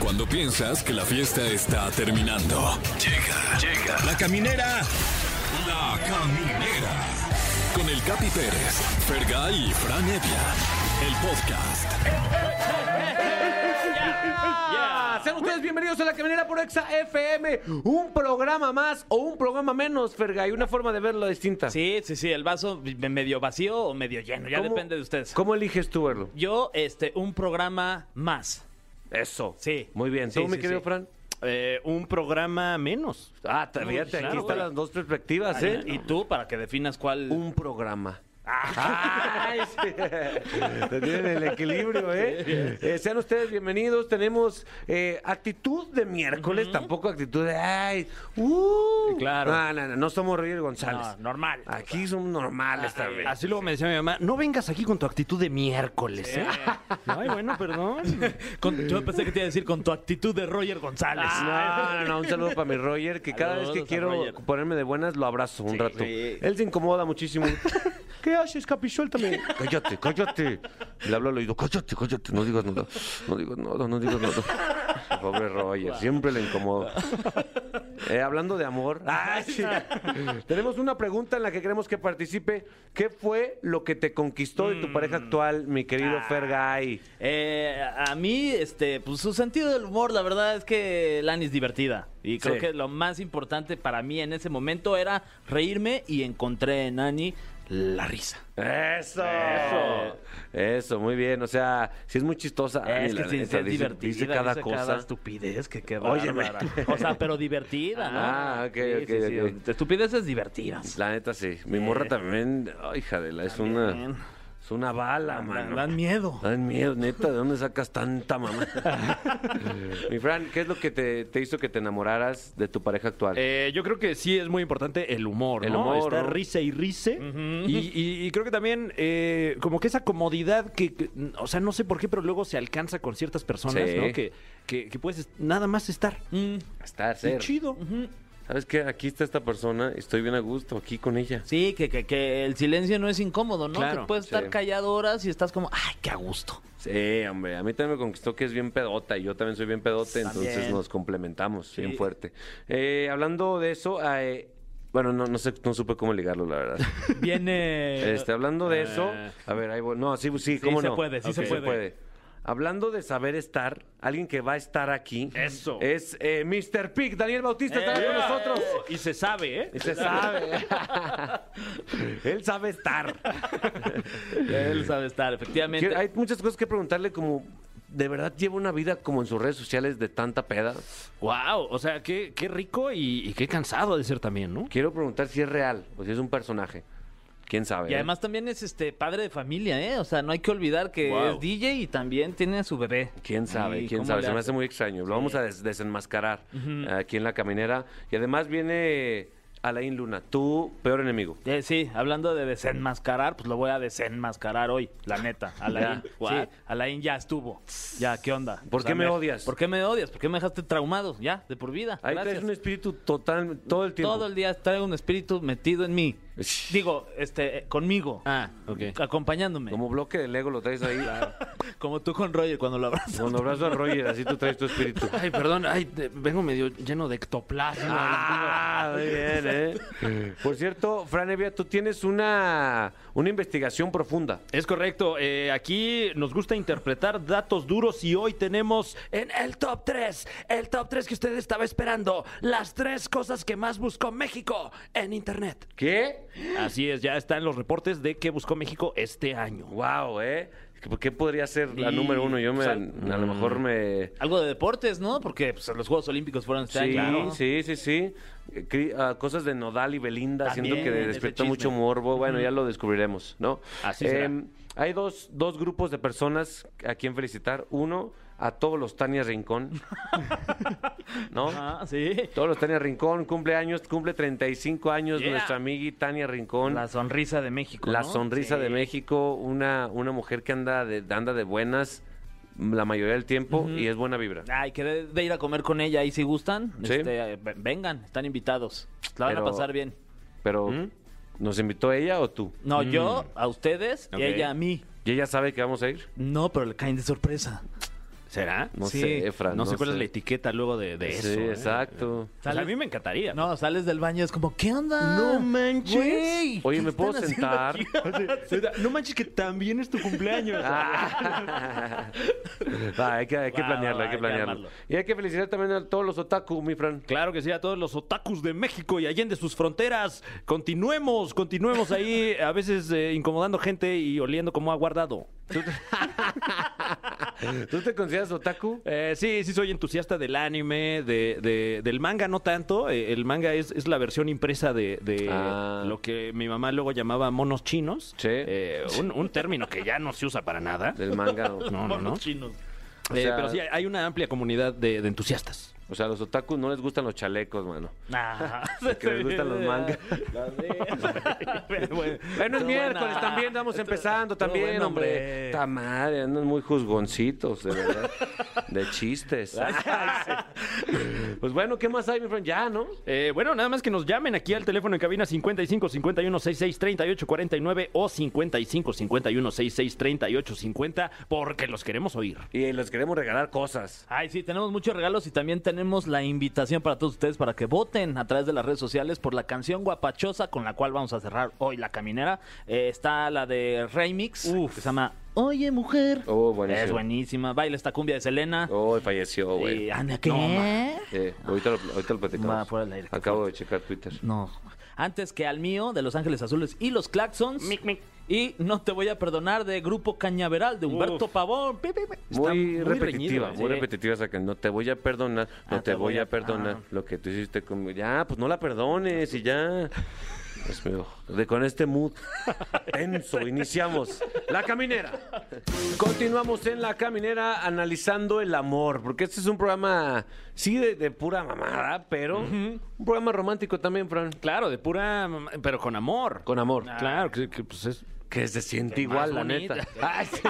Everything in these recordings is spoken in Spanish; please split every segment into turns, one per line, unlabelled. Cuando piensas que la fiesta está terminando. Llega, llega. La caminera. La caminera. Con el Capi Pérez, Fergay y Fran Evia. El podcast.
Ah, Sean ustedes bienvenidos a La Caminera por Exa FM. Un programa más o un programa menos, Ferga. Hay una forma de verlo distinta.
Sí, sí, sí, el vaso me- medio vacío o medio lleno, ya
¿Cómo-
depende de ustedes.
¿Cómo eliges tú verlo?
Yo, este, un programa más.
Eso.
Sí.
Muy bien.
Sí,
¿Tú, mi
sí,
querido
sí.
Fran?
Eh, un programa menos.
Ah, te-
Uy,
fíjate,
claro,
aquí están
güey.
las dos perspectivas, ¿eh?
Ah, Y tú, para que definas cuál...
Un programa. Ay, sí. Te tienen el equilibrio, ¿eh? Eh, Sean ustedes bienvenidos. Tenemos eh, actitud de miércoles, tampoco actitud de ay, uh.
Claro.
No, no, no, no somos Roger
No,
González.
normal.
Aquí somos normales también.
Así luego me decía mi mamá, no vengas aquí con tu actitud de miércoles. ¿eh?". Ay, bueno, perdón.
Con- yo pensé que te iba a decir con tu actitud de Roger González.
No, no, no, un saludo para mi Roger, que cada vez que
Ah. Saludos a
quiero
Roger.
ponerme de buenas, lo abrazo un rato.
sí.
Él se incomoda muchísimo. ¿Qué haces, Capi? Suéltame. Cállate, cállate. Le hablo al oído, cállate, cállate. No digas nada, no digas nada, no digas nada. Pobre Roger, siempre le incomodo. Eh, hablando de amor, ay, sí. tenemos una pregunta en la que queremos que participe. ¿Qué fue lo que te conquistó de tu pareja actual, mi querido Fergay?
Eh, a mí, este, pues su sentido del humor, la verdad es que Lani es divertida. Y creo
Sí.
que lo más importante para mí en ese momento era reírme y encontré en Ani la risa.
Eso. Eso. muy bien. O sea, sí es muy chistosa. Ani,
Es
la
que sí,
neta,
sí es
dice-
divertida,
Dice cada cosa.
estupidez que queda.
Óyeme.
O sea, pero divertida, ¿no?
Ah, ok, ok, ok.
Estupideces divertidas.
La neta, sí. Mi morra también. Ay, jadela, es una.
También.
Es una bala, mano.
Dan miedo.
Dan miedo, neta, ¿de dónde sacas tanta mamá? Mi Fran, ¿qué es lo que te, te hizo que te enamoraras de tu pareja actual?
Eh, yo creo que sí es muy importante el humor,
El
¿no?
humor,
Está
¿no?
risa y risa. y, y- y creo que también, eh, como que esa comodidad que, que, o sea, no sé por qué, pero luego se alcanza con ciertas personas,
Sí.
¿no? Que, que, que puedes nada más estar.
Mm,
Está
Y
ser.
chido.
¿Sabes qué? Aquí está esta persona y estoy bien a gusto aquí con ella.
Sí, que, que, que el silencio no es incómodo, ¿no?
Claro,
que puedes
sí.
estar callado horas y estás como, ay, qué a gusto.
Sí, hombre, a mí también me conquistó que es bien pedota y yo también soy bien pedote, entonces
También.
nos complementamos bien
Sí.
fuerte. Eh, hablando de eso, eh, bueno, no, no sé, no supe cómo ligarlo, la verdad.
Viene.
Este, hablando de eso,
Eh.
a ver, ahí voy. No, sí, sí, cómo
se
no.
puede, Eh, sí se
Ok.
puede.
Hablando de saber estar, alguien que va a estar aquí
Eso.
es eh, Mr. Pig, Daniel Bautista, está
Eh.
con nosotros.
Y se sabe, ¿eh?
Y se sabe. Él sabe estar.
Él sabe estar, efectivamente.
Quiero- Hay muchas cosas que preguntarle como... ¿De verdad lleva una vida como en sus redes sociales de tanta peda?
Wow, o sea, qué, qué rico y, y qué cansado ha de ser también, ¿no?
Quiero preguntar si es real o si es un personaje. ¿Quién sabe?
Y
eh?
además también es este padre de familia, ¿eh? O sea, no hay que olvidar que
Wow.
es DJ y también tiene a su bebé.
¿Quién sabe?
¿Y
¿Quién
cómo
sabe?
le
Se me
hace?
hace muy extraño. Lo vamos a des- desenmascarar eh, aquí en la caminera. Y además viene Alain Luna, tu peor enemigo.
Eh, sí, hablando de desenmascarar, pues lo voy a desenmascarar hoy, la neta.
Ya,
Alain, sí,
sí.
Alain ya estuvo. Ya, ¿qué onda?
¿Por qué me odias?
¿Por qué me odias? ¿Por qué me dejaste traumado? Ya, de por vida.
Ahí
Gracias.
traes un espíritu total todo el tiempo.
Todo el día traigo un espíritu metido en mí. Digo, este, eh, conmigo.
Ah, ok.
Acompañándome.
Como bloque del ego lo traes ahí.
Como tú con Roger cuando lo abrazas.
Con abrazo a Roger, así tú traes tu espíritu.
Ay, perdón, ay, te- vengo medio lleno de ectoplasma.
Ah, muy bien, ¿eh? Por cierto, Fran Evia, tú tienes una, una investigación profunda.
Es correcto, eh, aquí nos gusta interpretar datos duros y hoy tenemos en el top 3, el top 3 que usted estaba esperando, las tres cosas que más buscó México en Internet.
¿Qué?
Así es, ya están los reportes de qué buscó México este año.
Wow, ¿eh? ¿Qué- ¿Qué podría ser la
Y,
número uno? Yo me,
pues,
a
al-
lo mejor me...
Algo de deportes, ¿no? Porque pues, los Juegos Olímpicos fueron este
Sí,
año. ¿no?
sí, sí, sí. Eh, cri- ah, cosas de Nodal y Belinda, siento
También,
que
ese
despierta
chisme.
mucho morbo. Bueno, ya lo descubriremos, ¿no? Em,
Así será.
Hay dos, dos grupos de personas a quien felicitar. Uno, a todos los Tania Rincón. ¿No?
Ah, sí.
Todos los Tania Rincón, cumpleaños, cumple 35 años
Yeah.
nuestra amiga Tania Rincón.
La sonrisa de México.
La
¿no?
sonrisa
Sí.
de México, una, una mujer que anda de, anda de buenas la mayoría del tiempo y es buena vibra.
Ah.
Ay, que de, de ir a comer con ella y si gustan,
Sí.
este, eh, ve- vengan, están invitados. La van
Pero-
a pasar bien.
Pero, ¿nos invitó ella o tú?
No,
Mm.
yo a ustedes
Ok.
y ella a mí.
¿Y ella sabe que vamos a ir?
No, pero le caen de sorpresa.
¿Será?
No
Sí.
sé,
No,
Fran.
sé cuál es la
sé.
etiqueta luego de, de eso.
Sí,
¿eh?
exacto.
O sea, a mí me encantaría.
No, sales del baño, es como, ¿qué onda?
No manches.
Güey,
Oye,
¿qué
¿me puedo
están haciendo
sentar?
aquí?
No manches que también es tu cumpleaños.
Ah, hay que, hay que
Va,
planearlo,
va,
hay que
hay que
planearlo.
armarlo.
y hay que felicitar también a todos los otaku, mi Fran.
Claro que sí, a todos los otakus de México y allende sus fronteras. Continuemos, continuemos ahí, a veces eh, incomodando gente y oliendo como ha guardado.
¿Tú te consideras otaku?
Eh, sí, sí, soy entusiasta del anime, de, de- del manga, no tanto. Eh, el manga es, es la versión impresa de, de
Ah.
lo que mi mamá luego llamaba monos chinos.
Sí.
Eh, un, un término que ya no se usa para nada.
Del manga. o-
No, no, no.
chinos.
O
Eh,
sea-
pero sí, hay- hay una amplia comunidad de, de entusiastas.
O sea, a los otaku no les gustan los chalecos, mano.
Nah.
Que les gustan los mangas. Bueno, es miércoles también, estamos empezando también, hombre. Ta madre, andan muy juzgoncitos, de verdad. de chistes. Ay, sí. Pues bueno, ¿qué más hay, mi friend? Ya, ¿no?
Eh, bueno, nada más que nos llamen aquí al teléfono en cabina 55 51 66 38 49 o 55 51 66 38 50 porque los queremos oír.
Y les queremos regalar cosas.
Ay, sí, tenemos muchos regalos y también tenemos la invitación para todos ustedes para que voten a través de las redes sociales por la canción guapachosa con la cual vamos a cerrar hoy la caminera. Eh, está la de Remix, que se llama Oye Mujer.
Oh, buenísimo.
Es buenísima. Baila esta cumbia de Selena.
Oh, falleció, güey.
Y Ana, ¿qué?
No, ma.
Eh, ahorita, lo, ahorita lo platicamos.
Va, fuera del aire, qué
Acabo de checar Twitter.
No. Antes que al mío, de Los Ángeles Azules y los Claxons.
Mic, mic.
Y No te voy a perdonar de Grupo Cañaveral de Humberto
Uf.
Pavón. Pi, pi, pi.
Está
Muy,
muy
repetitiva,
reñido,
muy
sí.
repetitiva esa que no te voy a perdonar, no
Ah,
te, voy, a perdonar
ah.
lo que tú hiciste conmigo. Ya, pues no la perdones y ya. Dios mío, de, con este mood tenso iniciamos La Caminera. Continuamos en La Caminera analizando el amor, porque este es un programa, sí, de, de pura mamada, pero un programa romántico también, Fran.
Claro, de pura. mam- Pero con amor.
Con amor.
Claro, que, que, pues es.
Que se siente igual, la
bonita.
neta. Ay, sí.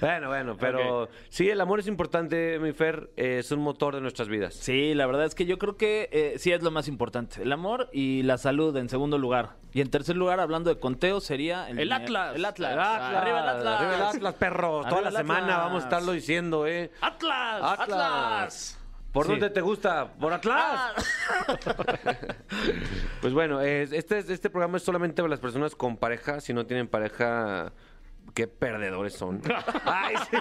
Bueno, bueno, pero sí, el amor es importante, mi Fer, eh, es un motor de nuestras vidas.
Sí, la verdad es que yo creo que eh, sí es lo más importante. El amor y la salud en segundo lugar. Y en tercer lugar, hablando de conteo, sería...
El Atlas.
El Atlas.
El Atlas,
Arriba el Atlas.
Arriba el Atlas, perros. Toda
Arriba
la
el
semana
Atlas.
vamos a estarlo diciendo, ¿eh?
¡Atlas!
Atlas. ¿Por dónde te gusta? ¡Por Atlas!
Ah.
Pues bueno, es- este, es- este programa es solamente para las personas con pareja. Si no tienen pareja, qué perdedores son. Ay, sí.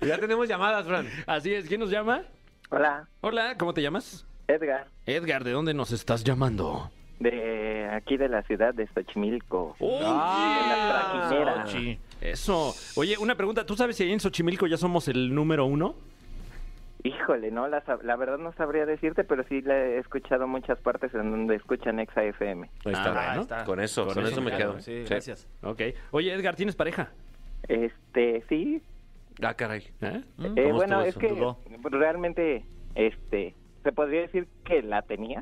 ya tenemos llamadas, Fran.
Así es, ¿quién nos llama?
Hola,
Hola, ¿cómo te llamas?
Edgar,
Edgar, ¿de dónde nos estás llamando?
de aquí de la ciudad de Xochimilco.
Oh.
Ah,
de la trajinera.
Sochi. Eso. Oye, una pregunta. ¿Tú sabes si ahí en Xochimilco ya somos el número uno?
Híjole, no, la, sab- la verdad no sabría decirte, pero sí la he escuchado muchas partes en donde escuchan Exa FM.
Ahí
Ah,
está,
bueno.
ahí está. Con eso, con, eso, me
quedo.
quedo.
Sí,
Sí.
gracias.
Ok. Oye, Edgar, ¿tienes pareja?
Este, sí,
Ah, caray.
¿Eh?
eh,
Mm. ¿Cómo
bueno,
estuvo
es
eso?
que
¿Duró?
realmente, este, se podría decir que la tenía.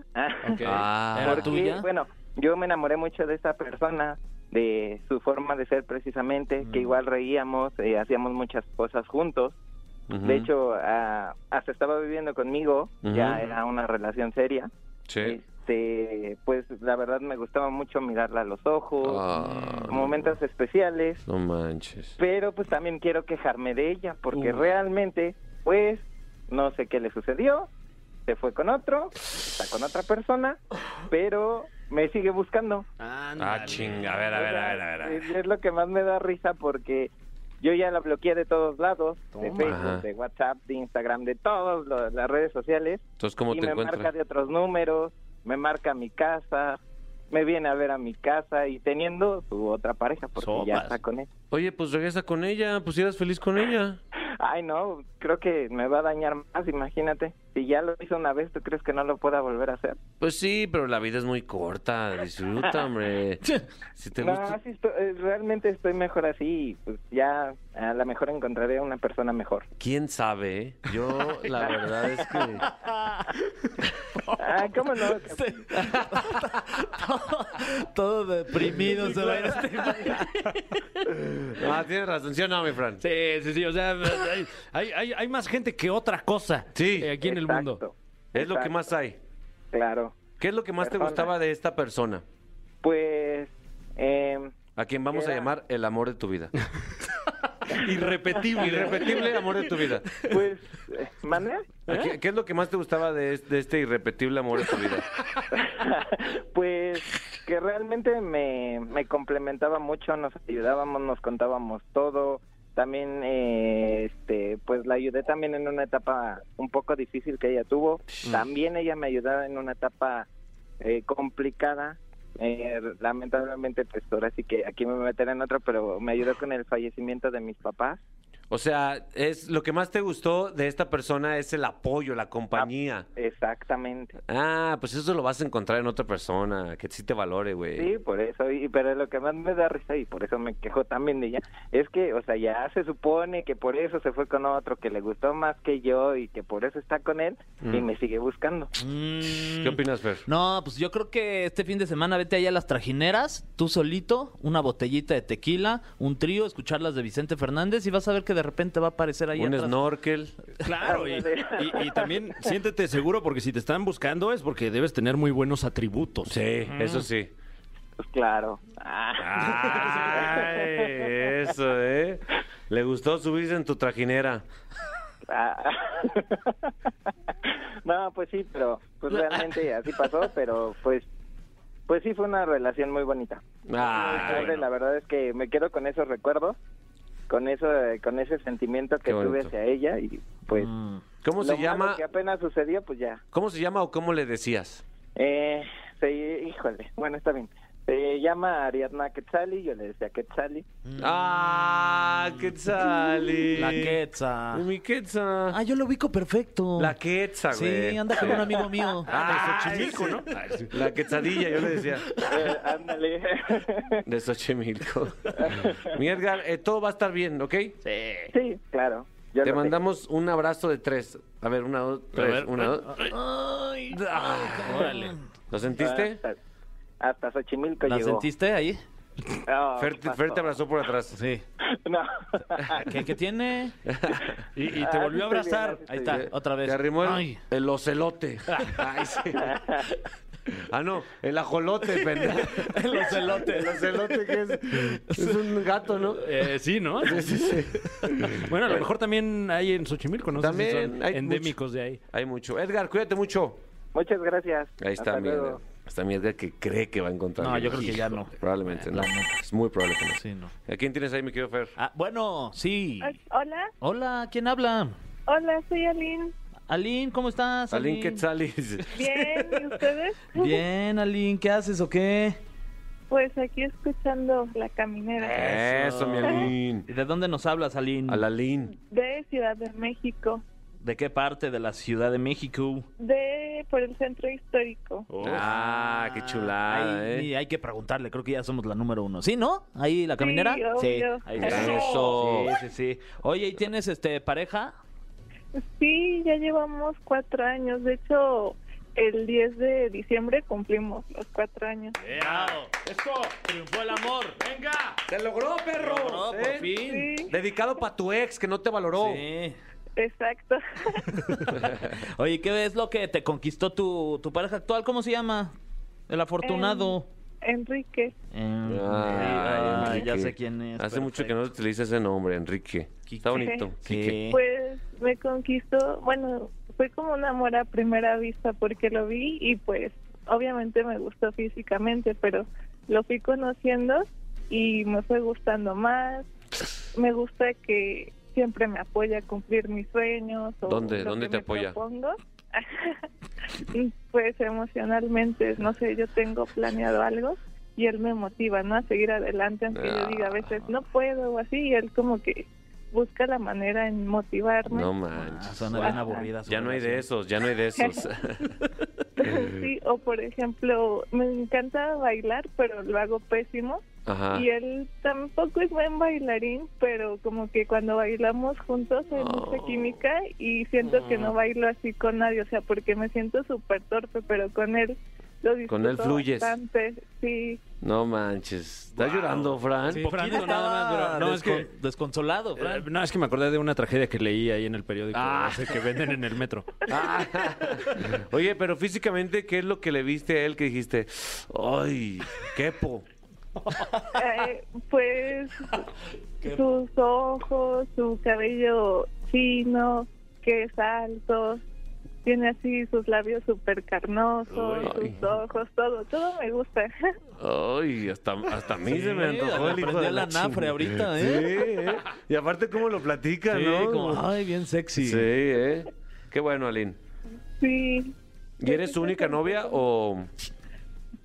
Ok.
Ah.
¿Era
Porque,
tuya?
Bueno, yo me enamoré mucho de esta persona, de su forma de ser precisamente,
Mm.
que igual reíamos, eh, hacíamos muchas cosas juntos.
Ujú.
De hecho, ah, hasta estaba viviendo conmigo,
Ujú.
ya era una relación seria.
Sí.
Este, pues la verdad me gustaba mucho mirarla a los ojos,
Ah,
momentos especiales,
No manches.
pero pues también quiero quejarme de ella porque realmente, pues, no sé qué le sucedió, se fue con otro, está con otra persona, pero me sigue buscando.
Ah, chinga. A ver, a ver, a ver, a ver. a ver.
Es, es lo que más me da risa porque yo ya la bloqueé de todos lados, de
Toma.
Facebook,
Ajá.
de WhatsApp, de Instagram, de todas lo- las redes sociales.
Entonces, ¿cómo
y
te
me marca
encuentras?
de otros números, me marca mi casa, me viene a ver a mi casa y teniendo su otra pareja porque ya
Sopas.
está con él.
Oye, pues regresa con ella. Pues si eras feliz con ella.
Ay, no, creo que me va a dañar más, imagínate. Si ya lo hizo una vez, ¿tú crees que no lo pueda volver a hacer?
Pues sí, pero la vida es muy corta. Disfruta, hombre. Si te
no,
gusta.
sí estoy- eh, realmente estoy mejor así. y, Pues ya a lo mejor encontraré a una persona mejor.
¿Quién sabe? eh? Yo, la verdad es que.
Ah, ¿cómo no?
todo, todo deprimido se va a ir este
Ah, tienes razón. ¿Sí o no, mi Fran?
Sí, sí, sí. O sea, hay, hay, hay- hay más gente que otra cosa
Sí.
eh, aquí en el
Exacto,
mundo.
Es lo que
exacto,
más hay.
Claro.
¿Qué es lo que más te
Persona.
gustaba de esta persona?
Pues eh,
A quien vamos a
Era-
llamar el amor de tu vida.
Irrepetible.
Irrepetible amor de tu vida.
Pues, eh, ¿mande?
¿A ¿Qué, qué es lo que más te gustaba de, es- de este irrepetible amor de tu vida?
Pues que realmente me, me complementaba mucho, nos ayudábamos, nos contábamos todo. También, eh, este, pues la ayudé también en una etapa un poco difícil que ella tuvo. También ella me ayudaba en una etapa eh, complicada. Eh, lamentablemente, pues ahora sí que aquí me meteré en otra, pero me ayudó con el fallecimiento de mis papás.
O sea, es lo que más te gustó de esta persona es el apoyo, la compañía.
Exactamente.
Ah, pues eso lo vas a encontrar en otra persona, que sí te valore, güey.
Sí, por eso, y, pero lo que más me da risa y por eso me quejo también de ella, es que, o sea, ya se supone que por eso se fue con otro que le gustó más que yo y que por eso está con él y
Mm.
me sigue buscando.
¿Qué opinas, Fer?
Mm, No, pues yo creo que este fin de semana vete allá a las trajineras, tú solito, una botellita de tequila, un trío, escuchar las de Vicente Fernández y vas a ver que de repente va a aparecer ahí
Un
atrás.
snorkel.
Claro, y, y- y también siéntete seguro porque si te están buscando es porque debes tener muy buenos atributos.
Sí,
Mm.
eso sí.
Pues claro. Ah.
Ay, eso, ¿eh? Le gustó subirse en tu trajinera.
Ah. no, pues sí, pero pues realmente así pasó, pero pues pues sí fue una relación muy bonita.
Ay,
Sobre, La verdad es que me quedo con esos recuerdos, con eso eh, con ese sentimiento
Qué
que tuve
bonito.
hacia ella y pues
¿Cómo
Lo
se
malo
llama?
que apenas sucedió, pues ya.
¿Cómo se llama o cómo le decías?
Eh, se, híjole, bueno, está bien. Se llama Ariadna Quetzali, yo le decía Quetzali.
Ah, Quetzali.
La quetza.
Mi Quetza.
Ah, yo lo ubico perfecto.
La Quetza, güey.
Sí, anda con un amigo mío.
Ah, de Xochimilco, ¿no? La Quetzadilla, yo le decía.
Eh, ándale.
De Xochimilco. Mi Edgar, eh, todo va a estar bien, ¿ok?
sí, claro. yo
Te
lo sé.
mandamos un abrazo de tres. A ver, una, dos, tres.
ver.
Una, dos.
Ay,
Ah,
órale.
¿Lo sentiste?
Ah, Hasta, hasta Xochimilco
¿La
llegó.
sentiste ahí?
Ah,
Fer,
¿qué
te-
pasó?
Fer te abrazó por atrás.
Sí.
No.
¿Qué, qué tiene?
Y, y
Ah,
te volvió a abrazar.
Ahí está,
Te-
otra vez.
Te arrimó el,
Ay.
el ocelote. Ay, sí. Ah, no, el ajolote, pendejo.
El ocelote.
El ocelote que es, es un gato, ¿no?
Eh, sí, ¿no? Bueno, a lo mejor también hay en Xochimilco, ¿no? sé si
También
son
hay
endémicos
mucho.
de ahí.
Hay mucho. Edgar, cuídate mucho.
Muchas gracias.
Ahí está,
Hasta
mi Edgar.
luego.
Está mi Edgar que cree que va a encontrar.
No,
algo.
yo creo que ya no.
Probablemente, no.
La neta.
Es muy probable que no.
Sí, no.
¿A quién tienes ahí, mi querido Fer?
Ah, bueno, sí.
Hola,
Hola, ¿quién habla?
hola, soy Aline.
Alin, ¿cómo estás?
Salín Quetzali.
Bien, ¿y ustedes?
Bien, Alin, ¿qué haces o qué?
Pues aquí escuchando La Caminera
Eso, mi Alín.
¿Y de dónde nos hablas, Alin?
A la Alín.
de Ciudad de México,
¿De qué parte de la Ciudad de México?
de por el centro histórico.
Oh.
Ah, qué chulada,
Ahí
¿eh?
ni hay que preguntarle, creo que ya somos la número uno. ¿Sí, no? ¿Ahí la caminera?
obvio.
ahí está.
Eso.
Sí, sí, sí. Oye, ¿y tienes este pareja?
Sí, ya llevamos cuatro años. De hecho, el 10 de diciembre cumplimos los cuatro años.
Eh,
¡Esto! ¡Triunfó el amor! ¡Venga!
¡Te logró, perro!
No, por
¿Eh?
fin.
Sí,
Dedicado para tu ex que no te valoró.
Sí.
exacto.
Oye, ¿qué es lo que te conquistó tu, tu pareja actual? ¿Cómo se llama? El afortunado.
Enrique,
Em,
Ay,
ay, ya
Enrique.
sé quién es.
Ah, Hace mucho que no
perfecto.
utiliza ese nombre, Enrique. Está bonito. Quique.
Sí.
pues me conquistó, bueno, fue como un amor a primera vista porque lo vi y pues obviamente me gustó físicamente, pero lo fui conociendo y me fue gustando más. Me gusta que siempre me apoya a cumplir mis sueños. O
¿Dónde?
lo
¿Dónde
que
te
me
apoya?
propongo. pues emocionalmente, no sé, yo tengo planeado algo y él me motiva, ¿no? A seguir adelante, aunque yo diga a veces
Ah.
no puedo o así, y él como que busca la manera en motivarme.
No
Ah,
manches.
suena bien aburrida. su
Ya no hay de
relación.
esos, ya no hay de esos.
Sí, o por ejemplo, me encanta bailar, pero lo hago pésimo.
Ajá.
Y él tampoco es buen bailarín, pero como que cuando bailamos juntos hay
Oh.
mucha química y siento que
Mm.
no bailo así con nadie, o sea, porque me siento súper torpe, pero con él lo disfruto
Con él fluyes.
bastante. Sí,
No manches. ¿Estás llorando, Fran?
Sí.
Un poquito
Poquito nada más,
estaba
pero- no, es que-
descon- desconsolado,
Eh,
Fran.
No, es que me acordé de una tragedia que leí ahí en el periódico
Ah.
ese que venden en el metro.
Ah. Oye, pero físicamente, ¿qué es lo que le viste a él que dijiste? ¡Ay, quepo!
Eh, pues sus ojos, su cabello chino, que es alto, tiene así sus labios súper carnosos,
Uy.
sus ojos, todo, todo me gusta.
Ay, hasta, hasta a mí
Sí,
se me antojó el hijo
aprendió
de la
la nafre
chingada.
ahorita,
Sí,
¿eh?
¿eh? Y aparte cómo lo platica,
Sí,
¿no?
como, ay, bien sexy.
Sí, ¿eh? Qué bueno, Aline.
Sí,
¿Y eres su única novia o...?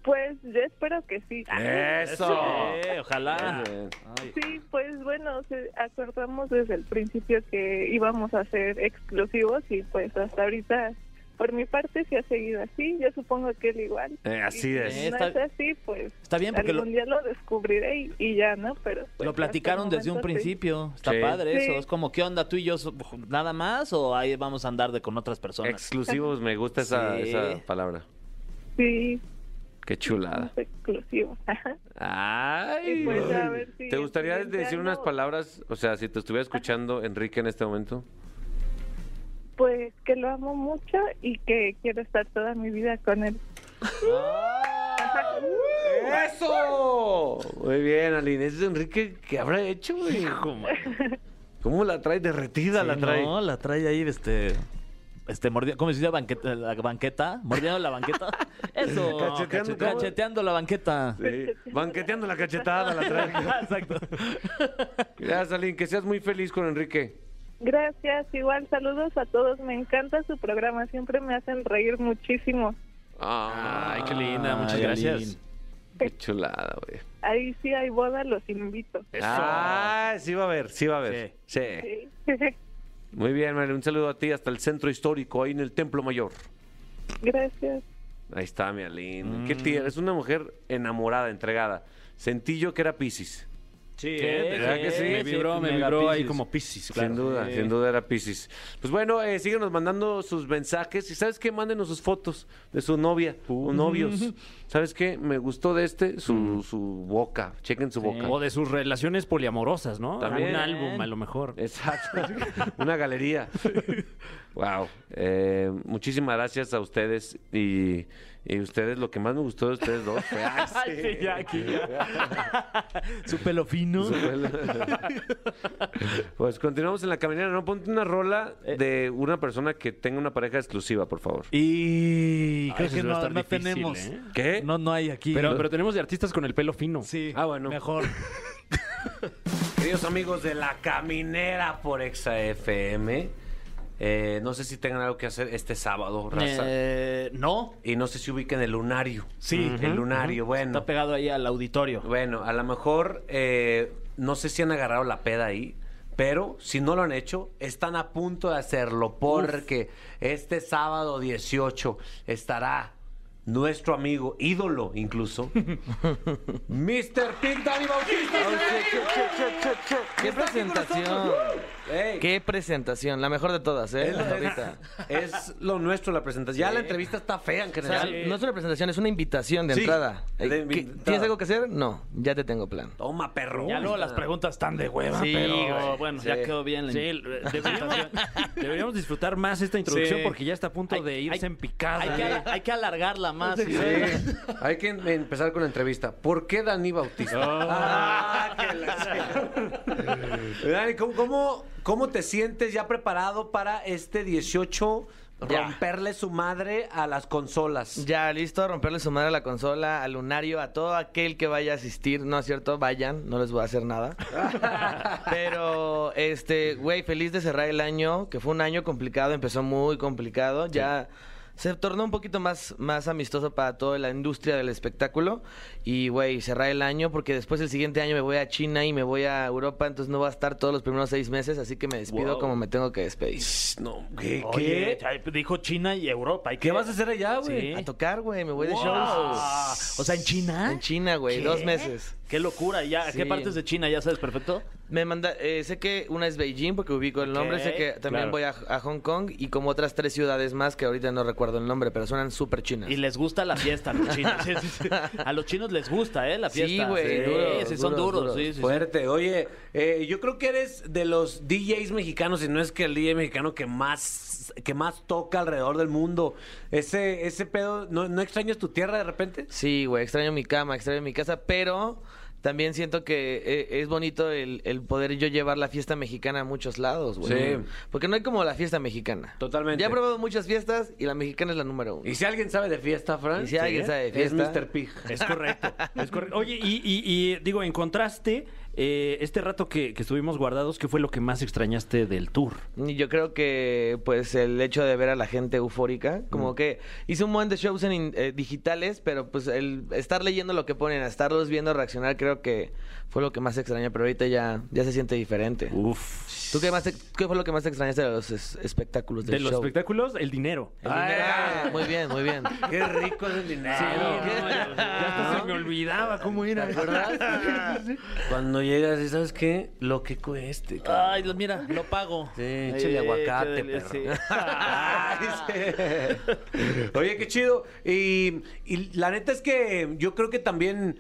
pues yo espero que sí.
¡Eso!
Eh, ojalá.
Bien.
Ay.
Sí, pues bueno, se- acordamos desde el principio que íbamos a ser exclusivos y pues hasta ahorita, por mi parte, se ha seguido así. Yo supongo que él igual.
Eh, así
Y
es.
Si no
Está-
es así, pues
Está bien porque lo,
algún día lo descubriré y, y ya, ¿no? Pero pues,
lo platicaron
hasta el
desde un
momento sí.
principio. Está
Sí.
padre eso.
Sí.
Es como, ¿qué onda tú y yo so- nada más o ahí vamos a andar de con otras personas?
Exclusivos, me gusta esa,
Sí.
esa palabra.
Sí,
Qué chulada.
somos exclusivos. ajá.
Ay,
Y pues, a ver si
¿te
el
gustaría
siguiente
decir unas
año-
palabras? O sea, si te estuviera escuchando Enrique en este momento.
Pues que lo amo mucho y que quiero estar toda mi vida con él.
Ah. ¡Eso! Muy bien, Aline. Ese es Enrique que habrá hecho, güey. ¿Cómo la trae derretida? la
Sí,
trae.
No, la trae ahí, este. Este, mordi- ¿cómo se dice? Banqueta, la banqueta. Mordiendo la banqueta. Eso.
Cacheteando,
cachete-
¿cómo?
cacheteando la banqueta.
Sí. Banqueteando la cachetada la trae.
Ah, Exacto.
Gracias, Aline. Que seas muy feliz con Enrique.
Gracias, igual saludos a todos. Me encanta su programa, siempre me hacen reír muchísimo.
Ah,
Ay, qué lindo.
linda, muchas gracias.
Qué chulada, güey.
Ahí sí hay boda, los invito.
Ah, sí va a haber, sí va a haber. Sí.
Sí.
Muy bien, Marilyn. Un saludo a ti hasta el centro histórico, ahí en el Templo Mayor.
Gracias.
Ahí está, mi Aline. Qué tierna. Es una mujer enamorada, entregada. Sentí yo que era Piscis.
Sí,
¿eh?
¿Verdad que sí?
Me
Sí,
vibró, me
mega
vibró ahí
Piscis.
como Piscis,
Sin
claro.
duda, sin duda era Piscis. Pues bueno, eh, síguenos mandando sus mensajes. Y ¿sabes qué? Mándenos sus fotos de su novia
Uh.
o novios. ¿Sabes qué? Me gustó de este su,
Mm.
su boca. Chequen su boca.
O de sus relaciones poliamorosas, ¿no?
También.
Un álbum, a lo mejor.
Exacto. Una galería. wow. muchísimas gracias a ustedes y, y ustedes. Lo que más me gustó de ustedes dos fue. Ay, sí.
Ay, sí, ya, aquí ya. Su pelo fino.
Pues continuamos en la caminera. No ponte una rola
Eh.
de una persona que tenga una pareja exclusiva, por favor.
Y
Ay,
creo
Ah, eso
que
sí va a
no,
estar
no
difícil,
tenemos.
¿eh?
¿Qué?
No, no hay aquí.
Pero, pero tenemos de artistas con el pelo fino.
sí.
Ah, bueno.
Mejor.
Queridos amigos de la caminera por Exa FM, eh, no sé si tengan algo que hacer este sábado, raza.
Eh, no.
Y no sé si ubiquen el lunario.
Sí.
el lunario. Bueno,
Está pegado ahí al auditorio.
bueno, a lo mejor eh, no sé si han agarrado la peda ahí. Pero si no lo han hecho, están a punto de hacerlo porque este sábado 18 estará nuestro amigo, ídolo incluso, Mr. Pig Daddy Bautista. Está aquí
¡Qué
con nosotros.
presentación!
Ey.
¡Qué presentación! La mejor de todas, ¿eh?
Es
Hasta
lo,
ahorita.
es, es lo nuestro la presentación. Ya la entrevista está fea en
O sea,
general.
no es una presentación, es una invitación de
Sí,
entrada.
de
Eh, ¿qué-
invitada.
¿Tienes algo que hacer? No, ya te tengo plan.
Toma, perro.
Ya luego las preguntas están de hueva,
Sí,
pero
güey.
bueno,
Sí.
ya quedó bien. la
Sí,
in-
deberíamos, deberíamos disfrutar más esta introducción
Sí.
porque ya está a punto
Hay-
de irse
hay-
en picada.
Hay que, hay que alargarla más.
Sí. Hay que em- empezar con la entrevista. ¿Por qué Dani Bautista?
Oh.
Ah, que la- Dani, ¿cómo, cómo, cómo te sientes ya preparado para este 18
Ya.
romperle su madre a las consolas?
Ya listo a romperle su madre a la consola, al lunario, a todo aquel que vaya a asistir. No es cierto, vayan, no les voy a hacer nada. Pero, este, güey, feliz de cerrar el año, que fue un año complicado, empezó muy complicado. Ya se tornó un poquito más, más amistoso para toda la industria del espectáculo. Y, güey, cerrar el año, porque después el siguiente año me voy a China y me voy a Europa, entonces no va a estar todos los primeros seis meses, así que me despido como me tengo que despedir.
No, ¿qué? ¿Qué?
Oye, ya dijo China y Europa. hay
¿Qué
que-
vas a hacer allá, güey?
A tocar, güey, me voy de
Wow.
shows.
O sea, en China.
En China, güey,
¿Qué?
dos meses.
Qué locura. ¿Ya? ¿A ¿Qué
Sí.
partes de China ya sabes perfecto?
Me manda, eh, sé que una es Beijing porque ubico el nombre, sé que también
claro.
voy a, a Hong Kong y como otras tres ciudades más que ahorita no recuerdo el nombre, pero suenan súper chinas.
Y les gusta la fiesta a los chinos. Sí, sí, sí. A los chinos les gusta, ¿eh? La
Sí,
fiesta.
güey,
Sí,
duros,
sí, son
duros,
duros.
duros.
sí, sí, sí.
Fuerte. Oye, Eh, yo creo que eres de los DJs mexicanos, y no es que el DJ mexicano que más que más toca alrededor del mundo. Ese ese pedo, ¿no, no extrañas tu tierra de repente?
Sí, güey, extraño mi cama, extraño mi casa, pero también siento que eh, es bonito el, el poder yo llevar la fiesta mexicana a muchos lados, güey.
Sí.
Porque no hay como la fiesta mexicana.
Totalmente.
Ya he probado muchas fiestas y la mexicana es la número uno.
Y si alguien sabe de fiesta, Fran.
Y si alguien sabe de
Es
fiesta.
Mr. Pig.
Es correcto, es correcto. Oye, y, y- y, digo, en contraste, eh, este rato que, que estuvimos guardados, ¿qué fue lo que más extrañaste del tour?
Y yo creo que, pues, el hecho de ver a la gente eufórica,
Mm.
como que hice un montón de shows en in- eh, digitales, pero pues el estar leyendo lo que ponen, a estarlos viendo reaccionar, creo que fue lo que más extrañé, pero ahorita ya, ya se siente diferente.
Uf.
¿Tú qué, más te- qué fue lo que más extrañaste de los es- espectáculos del
De los
show?
espectáculos, el dinero.
El dinero. Ah, muy bien, muy bien.
Qué rico es el dinero.
hasta se me olvidaba cómo era.
Cuando llegas y sabes qué, lo que cueste. cabrón.
Ay, lo- mira, lo pago.
Sí, échale aguacate,
qué
perro.
deli- sí.
Ay, sí. Oye, qué chido. Y, y la neta es que yo creo que también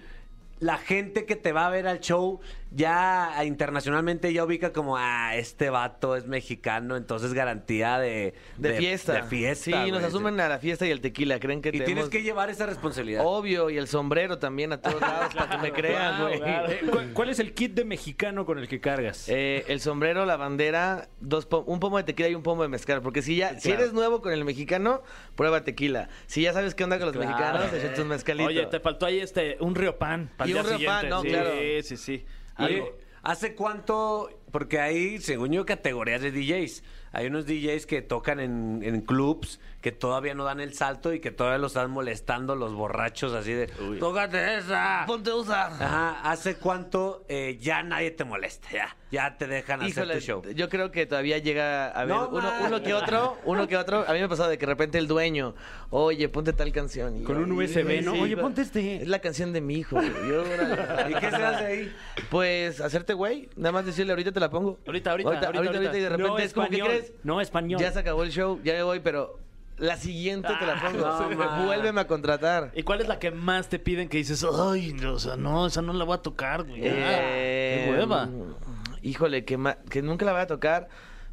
la gente que te va a ver al show ya internacionalmente ya ubica como, ah, este vato es mexicano, entonces garantía de,
De, fiesta.
De fiesta.
Sí,
güey.
nos asumen a la fiesta y el tequila. Creen que
Y
te
tienes
hemos-
que llevar esa responsabilidad.
Obvio, y el sombrero también a todos lados, para que me crean, güey.
Eh, ¿cuál- ¿Cuál es el kit de mexicano con el que cargas?
Eh, el sombrero, la bandera, dos pom- un pomo de tequila y un pomo de mezcal. Porque si ya, si eres nuevo con el mexicano, prueba tequila. Si ya sabes qué onda con los mexicanos, echate un mezcalito.
Oye, te faltó ahí este un riopan.
Y un riopan, no,
sí,
claro.
Sí, sí,
Oye,
Algo.
¿Hace cuánto? Porque hay, según yo, categorías de DJs. Hay unos DJs que tocan en, en clubs que todavía no dan el salto y que todavía los están molestando los borrachos así de ¡Tócate esa!
Ponte a usar.
Ajá, ¿hace cuánto eh, ya nadie te molesta? Ya, ya te dejan
Híjole,
hacer tu show.
yo creo que todavía llega a ver
No
uno,
mames.
uno que otro, uno que otro. A mí me ha pasado de que de repente el dueño, oye, ponte tal canción. Y
Con
yo,
un USB, ¿no?
sí,
Oye,
güey.
ponte este.
Es la canción de mi hijo. güey. Yo, órale.
¿Y qué se hace ahí?
Pues hacerte güey, nada más decirle ahorita te la pongo.
Ahorita, ahorita,
ahorita,
ahorita, ahorita.
y de repente
no,
es como que
español.
crees.
No, español.
Ya se acabó el show, ya me voy, pero la siguiente te la pongo.
no, man.
Vuélveme a contratar.
¿Y cuál es la que más te piden que dices, ay, no, o sea, no, esa no la voy a tocar, güey? Ah,
Eh,
¡Qué hueva!
Híjole, que, ma- que nunca la voy a tocar.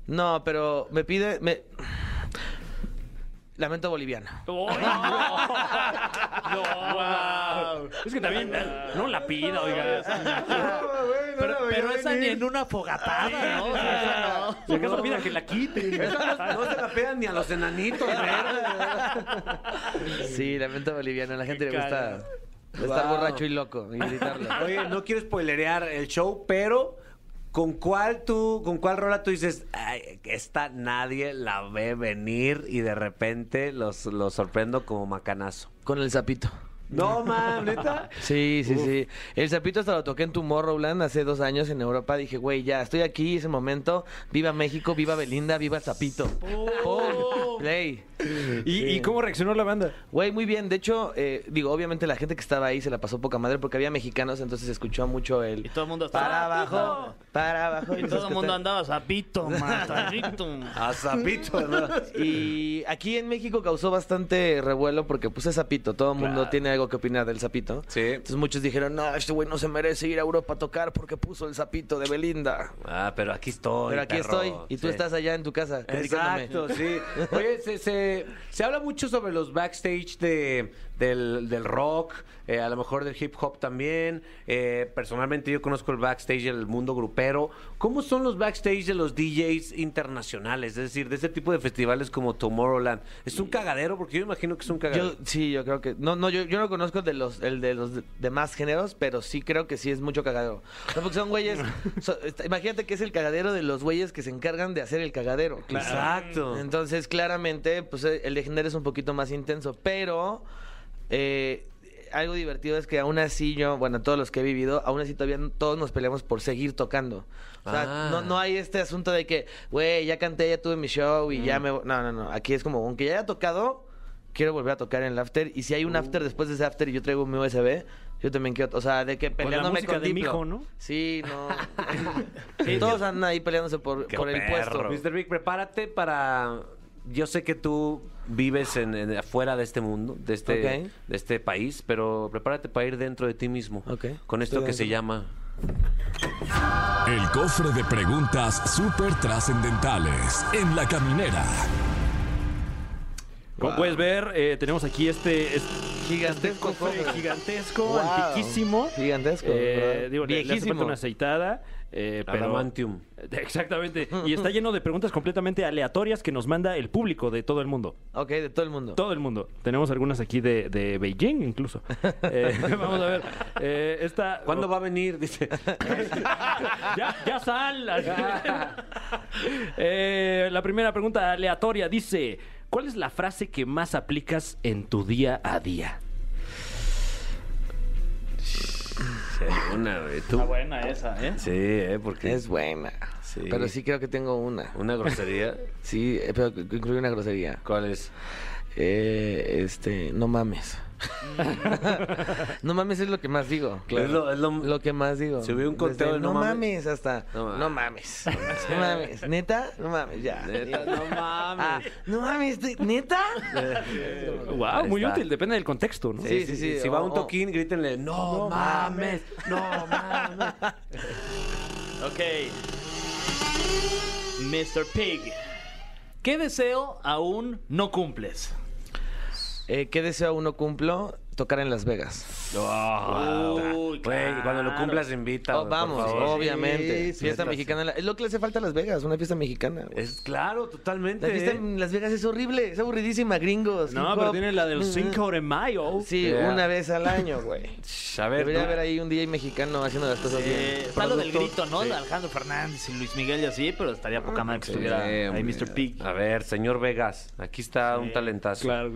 No, pero me pide. Me... Lamento boliviano.
¡Ay, no! ¡No! Es que también eh, no la pida, oiga.
Pero, pero esa ni en una fogatada, ¿no? O sea, esa no.
Si acaso pida que la quite.
No se la pegan ni a los enanitos, ¿eh? ¿verdad?
Sí, lamento boliviano. A la gente le gusta
cagado.
estar
Wow.
borracho y loco y gritarlo.
Oye, no quiero spoilerear el show, pero ¿con cuál tú, con cuál rola tú dices, "Ay, esta nadie la ve venir y de repente los, los sorprendo como macanazo?
Con el sapito.
No, man, neta.
Sí, sí, sí. El sapito hasta lo toqué en Tomorrowland hace dos años en Europa. Dije, güey, ya estoy aquí, es el momento. Viva México, viva Belinda, viva el sapito. Pum, play.
¿Y, y cómo reaccionó la banda?
Güey, muy bien. De hecho, eh, digo, obviamente la gente que estaba ahí se la pasó poca madre porque había mexicanos, entonces se escuchó mucho el...
Y todo el mundo estaba,
Para abajo, para abajo.
Y todo el mundo andaba zapito, matadito.
A zapito, ¿no?
Y aquí en México causó bastante revuelo porque pues es sapito, todo el mundo tiene algo que opinar del sapito.
Sí.
Entonces muchos dijeron, no, este güey no se merece ir a Europa a tocar porque puso el sapito de Belinda.
Ah, pero aquí estoy.
Pero aquí
perro.
estoy y tú
Sí.
estás allá en tu casa. criticándome.
Exacto, sí. Oye, se, se, se habla mucho sobre los backstage de, del, del rock, eh, a lo mejor del hip hop también. Eh, personalmente yo conozco el backstage del mundo grupero. ¿Cómo son los backstage de los DJs internacionales? Es decir, de este tipo de festivales como Tomorrowland. ¿Es un cagadero? Porque yo imagino que es un
Yo,
cagadero.
sí, yo creo que. No, no, yo, yo no conozco el de los, el de los de- demás géneros, pero sí creo que sí es mucho cagadero. No, porque son güeyes. so- está- imagínate que es el cagadero de los güeyes que se encargan de hacer el cagadero.
Exacto.
Entonces, claramente, pues eh, el de género es un poquito más intenso, pero. eh, algo divertido es que aún así yo, bueno, todos los que he vivido, aún así todavía n- todos nos peleamos por seguir tocando. O sea,
Ah.
no, no hay este asunto de que, güey, ya canté, ya tuve mi show y
Mm.
ya me... vo-". No, no, no. Aquí es como, aunque ya haya tocado, quiero volver a tocar en el after. Y si hay un
Uh.
after después de ese after y yo traigo mi USB, yo también quiero... O sea, de que
la
peleándome
música
con
de mi
Diplo.
hijo, ¿no?
Sí, no. Sí, todos andan ahí peleándose por,
Qué
por el
perro.
puesto.
Mr. Big, prepárate para... Yo sé que tú vives en, en- afuera de este mundo, de este,
Ok.
de este país, pero prepárate para ir dentro de ti mismo.
Ok.
Con esto
Estoy
que se
dentro.
llama...
El cofre de preguntas súper trascendentales en la caminera.
Como puedes ver, eh, tenemos aquí este, este
Gigantesco
cofre
cofre.
gigantesco,
Wow.
antiquísimo.
Gigantesco,
Eh,
¿verdad?
digo, le- le hace
Viejísimo.
falta una aceitada. eh, pero-
Adamantium.
Exactamente. Y está lleno de preguntas completamente aleatorias que nos manda el público de todo el mundo.
Ok, de todo el mundo.
Todo el mundo. Tenemos algunas aquí de, de Beijing, incluso. Eh, vamos a ver. eh, esta,
¿Cuándo va a venir? Dice.
ya, ya sal. Eh, la primera pregunta aleatoria dice: ¿Cuál es la frase que más aplicas en tu día a día?
Una, güey, tú.
buena esa, ¿eh?
Sí, Ah, ¿eh? Porque
Es buena.
Sí.
Pero sí creo que tengo una.
una grosería.
Sí, eh, pero que- que incluye una grosería.
¿Cuál es?
Eh, este, no mames. no mames es lo que más digo.
Claro. Es lo- es lo-
que más digo.
Si hubiera un
Desde
conteo de no
no
mames-
mames, hasta
No mames.
no mames. No mames. ¿Neta? No mames, ya.
Neta, no mames.
Ah, no mames, ¿te- ¿neta?
Wow, muy
está.
útil. Depende del contexto, ¿no?
Sí, sí, sí.
Si va a un
Oh, oh.
toquín, grítenle, no, mames, no mames.
Ok. Mr. Pig. ¿Qué deseo aún no cumples?
Eh, ¿Qué deseo uno cumplo? Tocar en Las Vegas.
Uy,
Ah, Oh, Güey, cuando lo
claro.
cumplas, invita.
Oh,
güey, por
vamos,
favor.
obviamente.
Sí, sí,
fiesta
sí. Eh,
mexicana. Es lo que le hace falta a Las Vegas, una fiesta mexicana. güey.
Es claro, totalmente.
La fiesta
¿eh?
en Las Vegas es horrible, es aburridísima, gringos.
No,
hip
pero
hop.
tiene la del 5 de mayo.
Sí,
Yeah.
una vez al año, güey.
A ver,
Debería
tú-
haber ahí un DJ mexicano haciendo las cosas
Eh,
bien.
está lo del
Producto.
grito, ¿no? De Alejandro Fernández y Luis Miguel y así, pero estaría poca madre que estuviera
Sí,
ahí
hombre.
Mr. Pig.
A ver, señor Vegas, aquí está un talentazo.
Claro.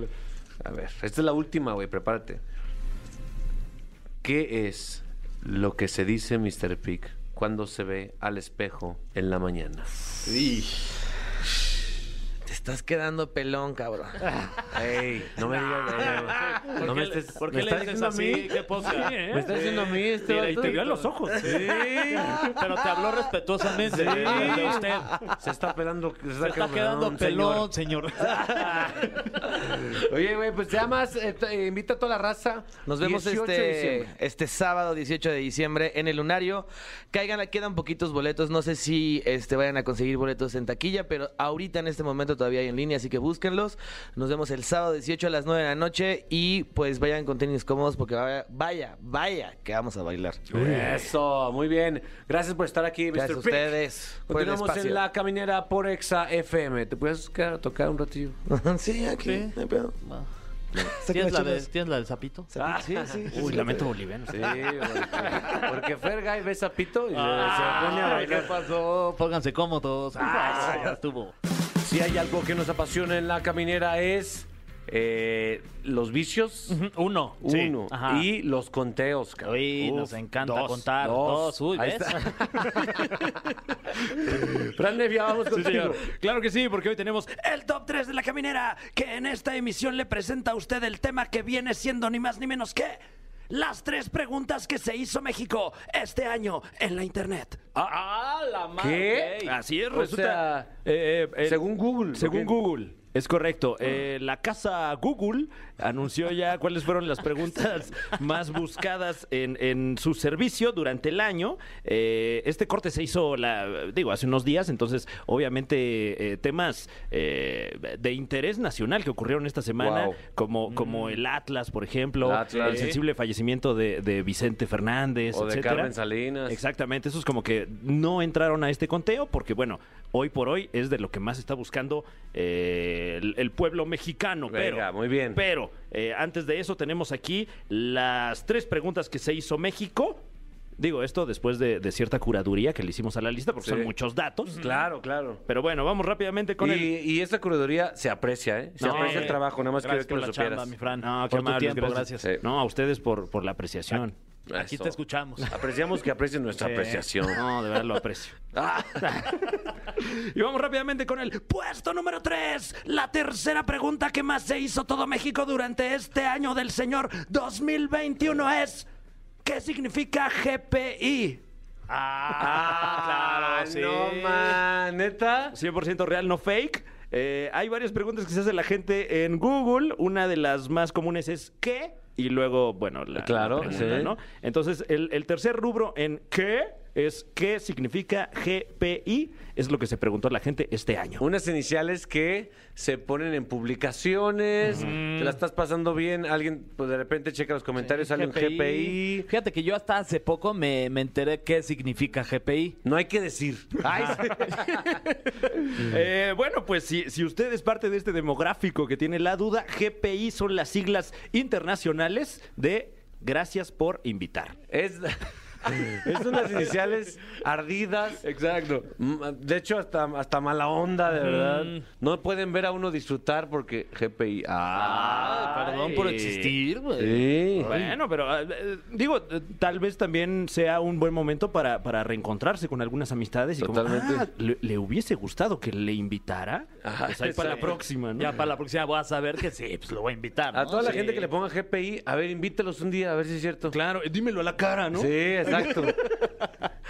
A ver, esta es la última, güey, prepárate. ¿Qué es lo que se dice Mr. Pig cuando se ve al espejo en la mañana?
Te estás quedando pelón, cabrón.
Ey, no me digas. no, No, no me estés.
¿Por qué
¿me
le
estás
dices
diciendo a
así?
mí? ¿eh?
¿Qué posa?
Me está diciendo a mí este.
Mira, y
vato.
te vio a los ojos.
Pero te habló respetuosamente. de- de usted.
Se está pelando. Se está,
Se está quedando
un Ah, señor.
pelón, señor.
Oye, güey, pues ya más. eh, t- eh, invita a toda la raza.
Nos vemos
18 de
este,
diciembre.
este sábado 18 de diciembre en el Lunario. Caigan, quedan poquitos boletos. No sé si este, vayan a conseguir boletos en taquilla, pero ahorita en este momento todavía hay en línea, así que búsquenlos. Nos vemos el sábado 18 a las 9 de la noche y pues vayan con tenis cómodos porque vaya, vaya, vaya que vamos a bailar.
Eso, muy bien. Gracias por estar aquí,
Gracias
Mr.
a
Pig.
ustedes por el
Continuamos en
espacio.
la caminera por Exa FM. ¿Te puedes quedar a tocar un ratillo?
sí, aquí.
Sí.
no hay pedo.
¿Tienes la, de-
Sáquenlas.
¿Tienes la del sapito?
Ah,
Sí, sí, sí.
Uy, lamento boliviano.
Sí, porque, porque Fergay ve sapito y se- se pone a
Ah, ¿Qué
bailar.
pasó? Pónganse cómodos. Ah, ya estuvo.
Si hay algo que nos apasiona en la caminera es eh, los vicios.
Uno.
Uno.
Ajá.
Y los conteos. cabrón.
Uy,
Uf,
nos encanta
dos,
contar.
dos.
Dos. Uy,
Ahí
¿ves?
está. Fran Nevia, vamos
Sí,
contigo.
señor. Claro que sí, porque hoy tenemos el top 3 de la caminera, que en esta emisión le presenta a usted el tema que viene siendo ni más ni menos que las tres preguntas que se hizo México este año en la internet.
Ah, la
¿Qué?
madre.
Así es,
O
resulta.
sea,
eh, eh, el-
según Google, Ah.
Según
¿ok?
Google. Es correcto. Eh, la casa Google anunció ya cuáles fueron las preguntas más buscadas en, en su servicio durante el año. Eh, este corte se hizo, la, digo, hace unos días, entonces obviamente eh, temas eh, de interés nacional que ocurrieron esta semana,
Wow.
como, como el Atlas, por ejemplo,
El Atlas.
el sensible fallecimiento de, de Vicente Fernández,
O de
etcétera.
Carmen Salinas.
Exactamente, esos como que no entraron a este conteo porque, bueno, hoy por hoy es de lo que más está buscando eh, el, el pueblo mexicano.
Venga,
pero,
muy bien.
Pero eh, antes de eso tenemos aquí las tres preguntas que se hizo México. Digo esto después de, de cierta curaduría que le hicimos a la lista porque
Sí.
son muchos datos.
Claro, claro.
Pero bueno, vamos rápidamente con
y,
el...
y esta curaduría se aprecia, ¿eh? Se
No,
aprecia
eh,
el trabajo, nada más quería
Gracias
que
por
lo
la
supieras.
chamba, mi Fran.
No, Ah, qué
por tu
amables,
tiempo,
gracias.
Sí.
gracias.
No, a ustedes por, por la apreciación.
Ah,
Aquí
Eso.
te escuchamos.
Apreciamos que aprecien nuestra apreciación. Ah.
No, de verdad lo aprecio. y vamos rápidamente con el puesto número 3. La tercera pregunta que más se hizo todo México durante este año del señor 2021 es: ¿Qué significa GPI?
Ah, No, man, neta.
100% real, no fake. Eh, hay varias preguntas que se hace la gente en Google. Una de las más comunes es ¿qué? Y luego, bueno, la, la
Claro,
pregunta,
sí.
¿no? Entonces, el, el tercer rubro en ¿qué? es ¿qué significa GPI? Es lo que se preguntó a la gente este año.
Unas iniciales que se ponen en publicaciones, te la estás pasando bien, alguien pues, de repente checa los comentarios, sale un GPI.
Fíjate que yo hasta hace poco me, me enteré qué significa GPI.
No hay que decir. Ay,
Eh, bueno, pues si, si usted es parte de este demográfico que tiene la duda, GPI son las siglas internacionales de Gracias por invitar.
es, es unas iniciales ardidas.
Exacto.
Mm, De hecho, hasta, hasta mala onda, de verdad. No pueden ver a uno disfrutar porque GPI. Ah,
Perdón por existir, güey.
Sí.
Bueno, pero eh, eh, digo, eh, tal vez también sea un buen momento para, para reencontrarse con algunas amistades y
Totalmente.
como, ah, ¿le, le hubiese gustado que le invitara?
Ajá,
Pues ahí para la
exacto.
próxima, ¿no?
Ya para la próxima voy a saber que sí, pues lo voy a invitar.
A
¿no?
toda la
Sí.
gente que le ponga GPI, a ver, invítalos un día, a ver si es cierto.
Claro, eh, dímelo a la cara, ¿no?
Sí, exacto.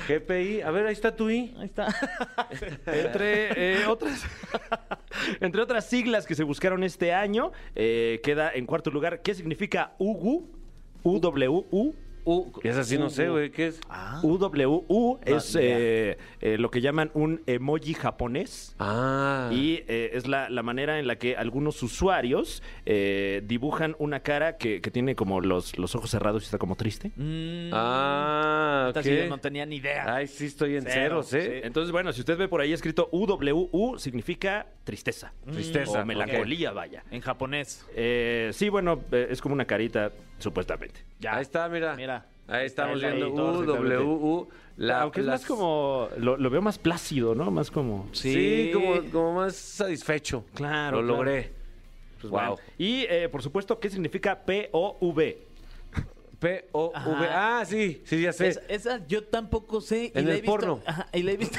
GPI, a ver, ahí está tu I.
Ahí está.
Entre, eh, otras, entre otras siglas que se buscaron este año, eh, queda en cuarto lugar, ¿qué significa UWU? UWU.
U-
Es así, no sé, güey, ¿qué es?
Ah. UWU es
Ah, ya.
eh, eh, lo que llaman un emoji japonés.
Ah.
Y eh, es la, la manera en la que algunos usuarios eh, dibujan una cara que, que tiene como los, los ojos cerrados y está como triste.
Mm,
Ah,
esta sí yo no
ok.
tenía ni idea.
Ay, sí, estoy en
Cero,
ceros, ¿eh?
sí. Entonces, bueno, si usted ve por ahí escrito UWU, significa tristeza.
Mm. Tristeza,
O melancolía, vaya.
En japonés.
Eh, sí, bueno, eh, es como una carita, supuestamente.
Ya.
Ahí está, mira.
Mira.
Ahí estamos
Ahí está,
viendo
ahí,
U, W, U. la-
Aunque es
las-
más como. Lo, lo veo más plácido, ¿no? Más como.
Sí, como, como más satisfecho.
Claro,
Lo
claro.
logré.
Pues,
wow.
bueno. Y, eh, por supuesto, ¿qué significa POV?
P-O-V.
Ajá.
Ah, sí, sí, ya sé.
Es- esa yo tampoco sé.
En el
la he visto-
porno.
Ajá, y la he visto.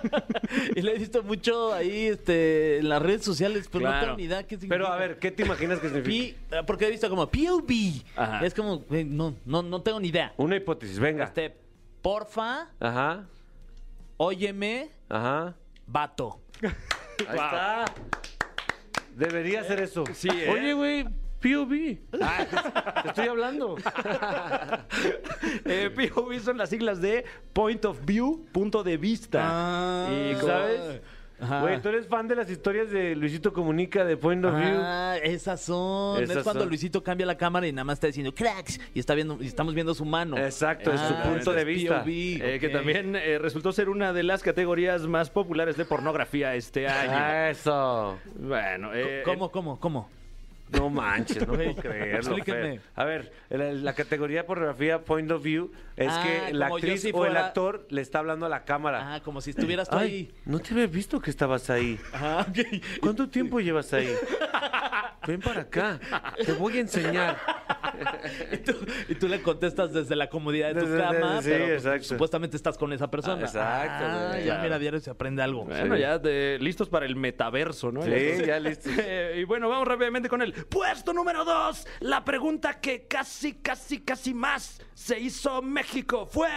y la he visto mucho ahí este, en las redes sociales, pero no
Claro.
tengo ni idea qué significa.
Pero a ver, ¿qué te imaginas que significa?
Pi- ah, porque he visto como POV.
Ajá.
Es como, güey, no, no, no tengo ni idea.
Una hipótesis, venga.
Este, porfa,
Ajá,
óyeme,
ajá.
vato.
Ahí está. Debería ser eso.
Sí, ¿eh?
Oye, güey, POV. Ah, te estoy hablando.
Eh, POV son las siglas de Point of View, punto de vista.
Ah.
Ah.
¿Y sabes? Güey, tú eres fan de las historias de Luisito Comunica de Point of View.
Ah, esas son.
Esas
es cuando
son.
Luisito cambia la cámara y nada más está diciendo cracks y está viendo, y estamos viendo su mano.
Exacto, es su
Ah,
punto de
es
vista.
POV,
Eh, Que
ok.
también eh, resultó ser una de las categorías más populares de pornografía este año.
Ah, eso.
Bueno, eh,
¿Cómo, cómo, cómo?
No manches, no puedo creerlo.
Explíquenme.
Fer. A ver, la, la categoría pornografía Point of View es
Ah,
que la
como yo
actriz
si
o el
fuera-
actor le está hablando a la cámara.
Ah, como si estuvieras tú
Ay,
ahí.
no te había visto que estabas ahí.
Ah, ok.
¿Cuánto tiempo llevas ahí? Ven para acá, te voy a enseñar.
Y tú, y tú le contestas desde la comodidad de tu
Desde-
cama,
desde- sí,
pero pues,
exacto.
supuestamente estás con esa persona.
Ah, exacto,
Ah,
güey,
ya
claro.
mira, diario se aprende algo.
Bueno, ya de- listos para el metaverso, ¿no?
Sí, ya listos.
Eh, y bueno, vamos rápidamente con el puesto número dos. La pregunta que casi, casi, casi más se hizo México fue...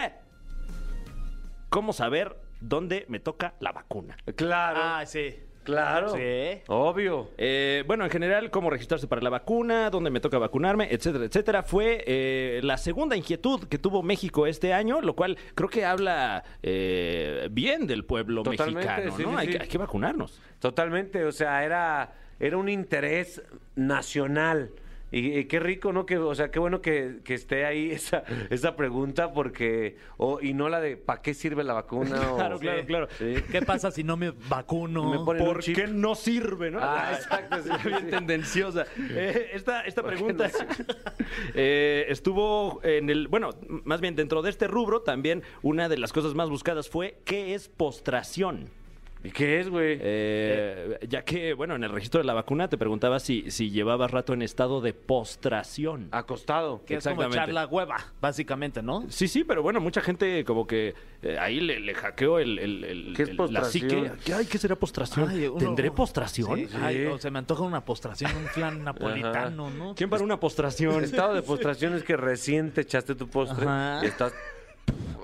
¿Cómo saber dónde me toca la vacuna?
Claro,
Ah, sí.
claro.
Sí.
Obvio.
Eh, bueno, en general, cómo registrarse para la vacuna, dónde me toca vacunarme, etcétera, etcétera. Fue eh, la segunda inquietud que tuvo México este año, lo cual creo que habla eh, bien del pueblo
Totalmente,
mexicano,
sí,
¿no?
sí,
hay,
sí.
que- hay que vacunarnos.
Totalmente, o sea, era, era un interés nacional. Y, y qué rico, ¿no? Que, o sea, qué bueno que, que esté ahí esa, esa pregunta porque... o- y no la de ¿para qué sirve la vacuna? o-
Claro, claro, claro.
¿Qué pasa si no me vacuno?
Oh, Me ponen un
¿Por
chip.
qué no sirve, no?
Ah, exacto, sí, sí,
bien
sí.
tendenciosa. Eh, esta esta
¿Por qué
pregunta
no
eh, estuvo en el. Bueno, m- más bien dentro de este rubro también una de las cosas más buscadas fue ¿qué es postración?
¿Y qué es, güey?
Eh, ya que, bueno, en el registro de la vacuna te preguntaba si, si llevabas rato en estado de postración.
Ah.
Acostado.
que es como
exactamente.
echar la hueva, básicamente, ¿no?
Sí, sí, pero bueno, mucha gente como que eh, ahí le, le hackeó el, el, el-
¿Qué es
el- la
postración?
psique. ¿Qué, ay, ¿qué será postración?
Ay, uno-
¿Tendré postración?
Sí. Ay, o se me antoja una postración, un flan napolitano, ¿no?
¿Quién para una postración?
Estado de postración es que recién te echaste tu postre
Ajá.
y estás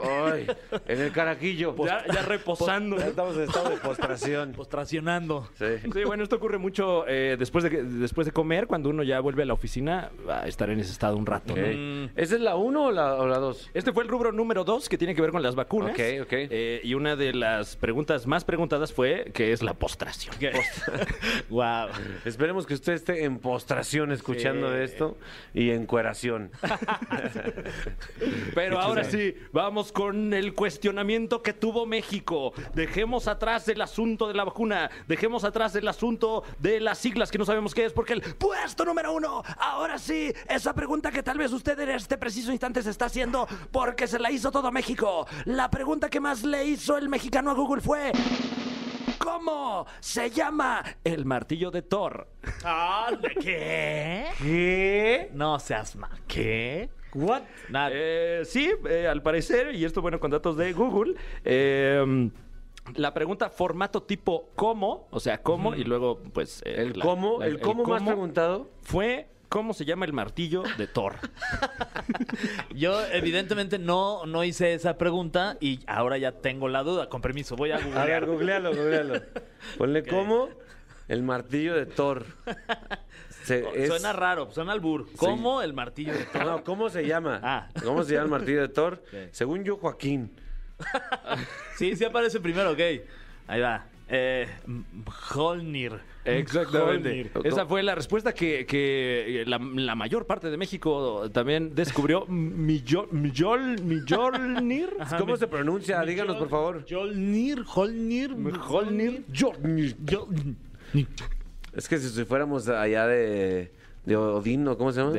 Ay, en el carajillo.
Ya, ya reposando.
Ya estamos en estado de postración.
Postracionando.
Sí.
Sí, bueno, esto ocurre mucho eh, después, de, que- después de comer, cuando uno ya vuelve a la oficina, va a estar en ese estado un rato.
Ok.
¿no?
¿Esa es la 1 o la, o la 2?
Este fue el rubro número dos que tiene que ver con las vacunas.
Ok, ok.
Eh, y una de las preguntas más preguntadas fue qué es la postración.
wow.
Esperemos que usted esté en postración escuchando
Sí.
esto y en cueración.
Pero ahora sí, vamos con el cuestionamiento que tuvo México. Dejemos atrás el asunto de la vacuna, dejemos atrás el asunto de las siglas que no sabemos qué es, porque el puesto número uno, ahora sí, esa pregunta que tal vez usted en este preciso instante se está haciendo, porque se la hizo todo México. La pregunta que más le hizo el mexicano a Google fue... ¿Cómo se llama el martillo de Thor?
¿Qué?
¿Qué?
No seas ma. ¿Qué?
¿What?
Nada.
Eh, sí, eh, al parecer, y esto bueno con datos de Google, eh, la pregunta formato tipo cómo, o sea, cómo, y luego pues... eh,
¿El
la-
cómo?
la-
¿El cómo más preguntado?
Fue cómo se llama el martillo de Thor.
Yo evidentemente no, no hice esa pregunta y ahora ya tengo la duda. Con permiso, voy
A
a
ver,
googlear.
googlealo, googlealo. Ponle cómo el martillo de Thor. Se- es-
Suena raro, suena albur. ¿Cómo el martillo de Thor?
No, ¿cómo se llama?
Ah.
¿Cómo se llama el martillo de Thor? Según yo, Joaquín.
Sí, sí aparece primero, ok. Ahí va. Eh, Holnir.
Exactamente.
Joder.
Esa fue la respuesta que, que eh, la, la mayor parte de México también descubrió. Millo- Millol- Millolnir.
¿Cómo se pronuncia? Díganos, por favor.
Jolnir, Holnir,
Holnir.
Es que si si fuéramos allá de, de Odín, ¿o ¿cómo se llama?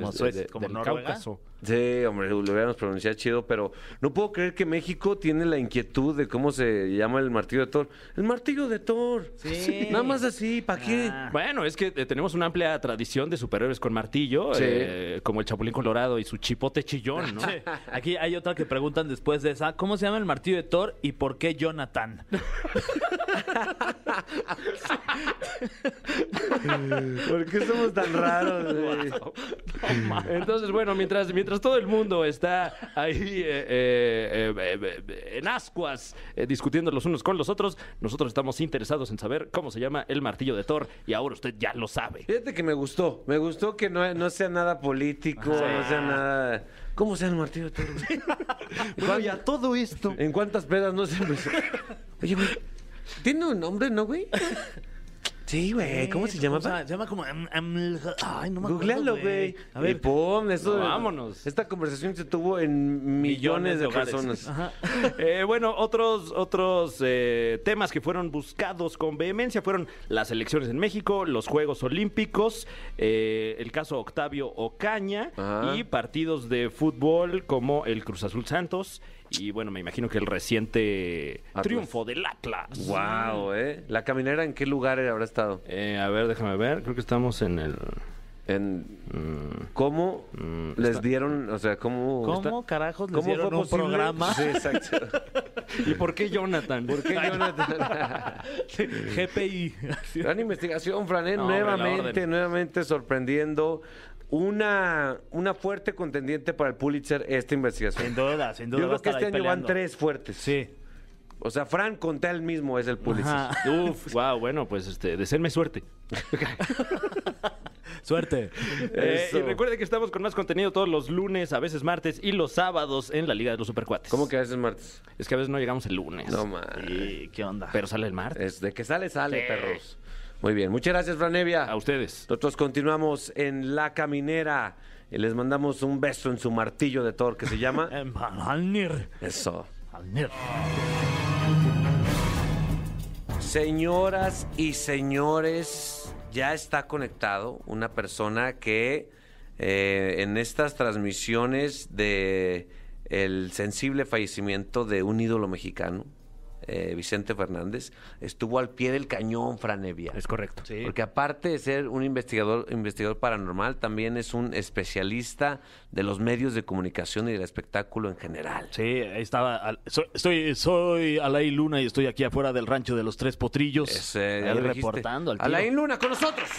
como Suecia, como
del
Noruega.
Cáucaso.
Sí, hombre, lo hubiéramos pronunciado chido, pero no puedo creer que México tiene la inquietud de cómo se llama el martillo de Thor. El martillo de Thor.
Sí.
Nada más así, ¿para qué?
Ah.
Bueno, es que eh, tenemos una amplia tradición de superhéroes con martillo,
Sí.
eh, como el Chapulín Colorado y su chipote chillón, ¿no?
Aquí hay otra que preguntan después de esa. ¿Cómo se llama el martillo de Thor y por qué Jonathan?
¿Por qué somos tan raros? güey?
Entonces, bueno, mientras, mientras todo el mundo está ahí eh, eh, eh, eh, en ascuas eh, discutiendo los unos con los otros, nosotros estamos interesados en saber cómo se llama el martillo de Thor y ahora usted ya lo sabe.
Fíjate que me gustó. Me gustó que no, no sea nada político, no sea nada. ¿Cómo sea el martillo de Thor? güey?
Bueno, y a todo esto.
¿En cuántas pedas no se me... Oye, güey. Tiene un nombre, ¿no, güey? Sí, güey. Eh, ¿Cómo se llama?
O sea, se llama como... em- em- Ay, no me acuerdo,
Googlealo, güey.
A ver.
Y pum, eso-
No, vámonos.
Esta conversación se tuvo en millones,
Millones de
de,
hogares.
personas.
Eh, bueno, otros, otros eh, temas que fueron buscados con vehemencia fueron las elecciones en México, los Juegos Olímpicos, eh, el caso Octavio Ocaña
Ajá.
y partidos de fútbol como el Cruz Azul Santos y bueno, me imagino que el reciente
Atlas.
triunfo del Atlas.
Wow, ¿eh? ¿La caminera en qué lugar habrá estado?
Eh, a ver, déjame ver, creo que estamos en el...
En... ¿Cómo les dieron? O sea, ¿cómo...
Mm, ¿Cómo
está-
carajos les
¿Cómo
dieron
fue
un
posible?
programa?
Sí, exacto.
¿Y por qué Jonathan?
¿Por qué Jonathan?
GPI.
Gran investigación, Fran, ¿eh?
No, hombre, la
nuevamente,
orden.
nuevamente sorprendiendo una, una fuerte contendiente para el Pulitzer esta
Sin
investigación.
duda, sin
Yo
duda. va a
creo que
estar
este
ahí
año van
peleando.
tres fuertes.
Sí.
O sea, Fran conté el mismo, es el Pulitzer.
Ajá.
Uf, wow, bueno, pues este, deseenme suerte.
Suerte.
Eh, y
Eso.
recuerde que estamos con más contenido todos los lunes, a veces martes y los sábados en la Liga de los Supercuates.
¿Cómo que a veces martes?
Es que a veces no llegamos el lunes.
No, man.
¿Y qué onda?
Pero sale el martes.
Es de que sale, sale,
Sí.
perros. Muy bien. Muchas gracias, Franevia.
A ustedes.
Nosotros continuamos en La Caminera. Y les mandamos un beso en su martillo de Thor que se llama...
Eh,
Em, Alnir.
Eso.
Alnir.
Señoras y señores, ya está conectado una persona que eh, en estas transmisiones de el sensible fallecimiento de un ídolo mexicano, eh, Vicente Fernández, estuvo al pie del cañón, Franevia.
Es correcto. Sí.
Porque aparte de ser un investigador, investigador paranormal, también es un especialista de los medios de comunicación y del espectáculo en general.
Sí, ahí estaba. al- soy, soy, soy Alain Luna y estoy aquí afuera del rancho de los Tres Potrillos.
Ese, ya
ahí
lo dijiste.
reportando al tío.
Alain Luna con nosotros.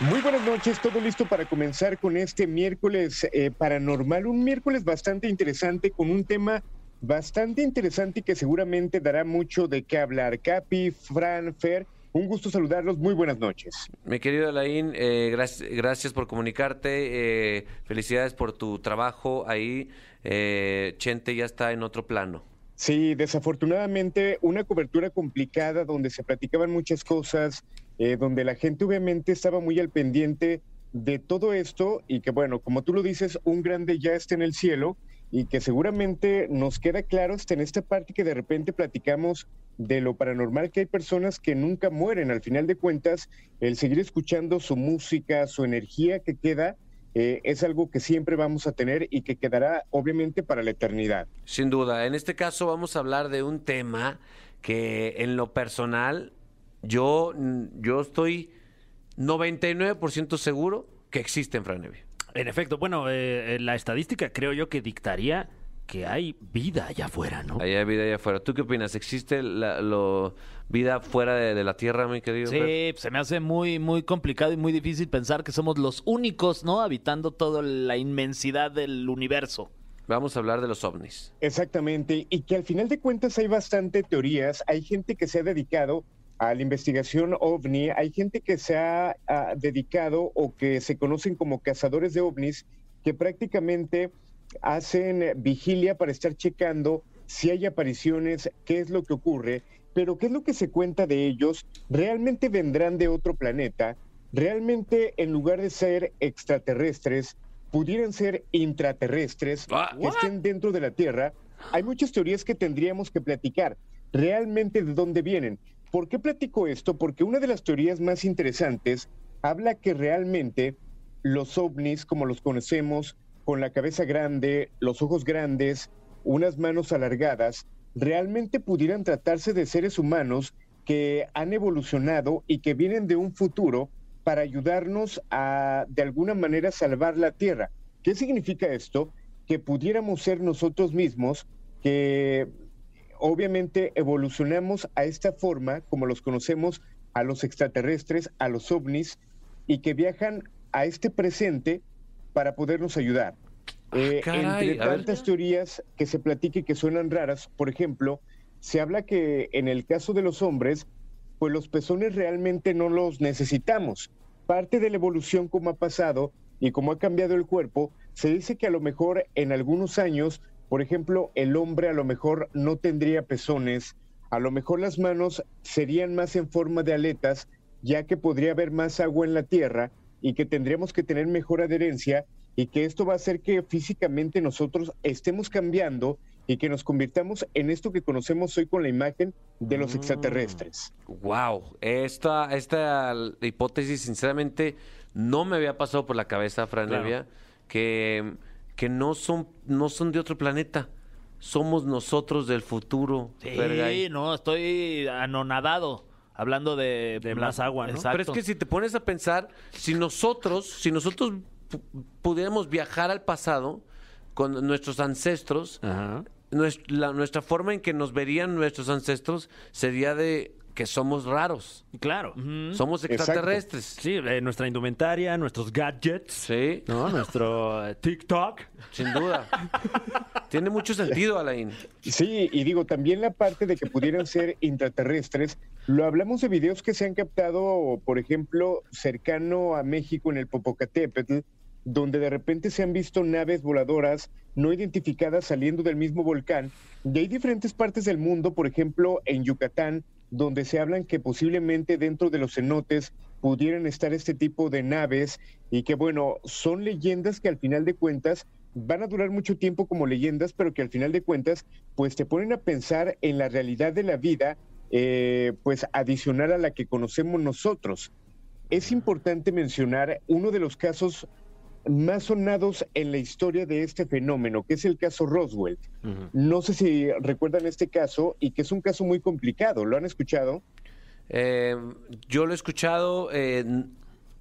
Muy buenas noches, todo listo para comenzar con este miércoles eh, paranormal, un miércoles bastante interesante con un tema bastante interesante y que seguramente dará mucho de qué hablar. Capi, Fran, Fer, un gusto saludarlos. Muy buenas noches.
Mi querido Alain, eh, gracias, gracias por comunicarte. eh, felicidades por tu trabajo ahí. Eh, Chente ya está en otro plano.
Sí, desafortunadamente una cobertura complicada donde se platicaban muchas cosas, eh, donde la gente obviamente estaba muy al pendiente de todo esto y que bueno, como tú lo dices, un grande ya está en el cielo y que seguramente nos queda claro hasta en esta parte que de repente platicamos de lo paranormal que hay personas que nunca mueren. Al final de cuentas, el seguir escuchando su música, su energía que queda, eh, es algo que siempre vamos a tener y que quedará obviamente para la eternidad.
Sin duda. En este caso vamos a hablar de un tema que en lo personal yo, mm, yo estoy 99% seguro que existe en Franevia.
En efecto, bueno, eh, eh, la estadística creo yo que dictaría que hay vida allá afuera, ¿no?
Allá hay vida allá afuera. ¿Tú qué opinas? ¿Existe la lo- vida fuera de, de la Tierra, mi querido? Fer?
Sí, pues, se me hace muy, muy complicado y muy difícil pensar que somos los únicos, ¿no? Habitando toda la inmensidad del universo.
Vamos a hablar de los ovnis.
Exactamente, y que al final de cuentas hay bastante teorías, hay gente que se ha dedicado a la investigación ovni, hay gente que se ha ah, dedicado o que se conocen como cazadores de ovnis, que prácticamente hacen eh, vigilia para estar checando si hay apariciones, qué es lo que ocurre, pero qué es lo que se cuenta de ellos, realmente vendrán de otro planeta, realmente en lugar de ser extraterrestres, pudieran ser intraterrestres
Ah,
que estén dentro de la Tierra, hay muchas teorías que tendríamos que platicar. Realmente de dónde vienen. ¿Por qué platico esto? Porque una de las teorías más interesantes habla que realmente los ovnis, como los conocemos, con la cabeza grande, los ojos grandes, unas manos alargadas, realmente pudieran tratarse de seres humanos que han evolucionado y que vienen de un futuro para ayudarnos a, de alguna manera, salvar la Tierra. ¿Qué significa esto? Que pudiéramos ser nosotros mismos, que obviamente evolucionamos a esta forma, como los conocemos, a los extraterrestres, a los ovnis, y que viajan a este presente para podernos ayudar. Eh,
Ah, caray,
entre
a ver.
tantas teorías que se platiquen que suenan raras, por ejemplo, se habla que en el caso de los hombres, pues los pezones realmente no los necesitamos. Parte de la evolución como ha pasado y como ha cambiado el cuerpo, se dice que a lo mejor en algunos años, por ejemplo, el hombre a lo mejor no tendría pezones, a lo mejor las manos serían más en forma de aletas, ya que podría haber más agua en la tierra y que tendríamos que tener mejor adherencia y que esto va a hacer que físicamente nosotros estemos cambiando y que nos convirtamos en esto que conocemos hoy con la imagen de los extraterrestres.
Wow, esta, esta hipótesis sinceramente no me había pasado por la cabeza, Fran Evia, que, que no, son, no son de otro planeta, somos nosotros del futuro.
Sí,
Fergay.
no, estoy anonadado. Hablando de,
De más agua, ¿no?
Exacto.
Pero es que si te pones a pensar, si nosotros, si nosotros pu- pudiéramos viajar al pasado con nuestros ancestros,
Ajá.
nues- la- nuestra forma en que nos verían nuestros ancestros sería de que somos raros,
Claro.
somos
Exacto.
extraterrestres.
Sí, eh, nuestra indumentaria, nuestros gadgets.
Sí,
¿No? Nuestro eh, TikTok.
sin duda. Tiene mucho sentido, Alain.
Sí, y digo, también la parte de que pudieran ser intraterrestres, lo hablamos de videos que se han captado, por ejemplo, cercano a México en el Popocatépetl, donde de repente se han visto naves voladoras no identificadas saliendo del mismo volcán. Y hay diferentes partes del mundo, por ejemplo, en Yucatán, donde se hablan que posiblemente dentro de los cenotes pudieran estar este tipo de naves y que bueno, son leyendas que al final de cuentas van a durar mucho tiempo como leyendas, pero que al final de cuentas pues te ponen a pensar en la realidad de la vida eh, pues adicional a la que conocemos nosotros. Es importante mencionar uno de los casos más sonados en la historia de este fenómeno, que es el caso Roswell. No sé si recuerdan este caso y que es un caso muy complicado. ¿Lo han escuchado?
Eh, yo lo he escuchado, eh, n-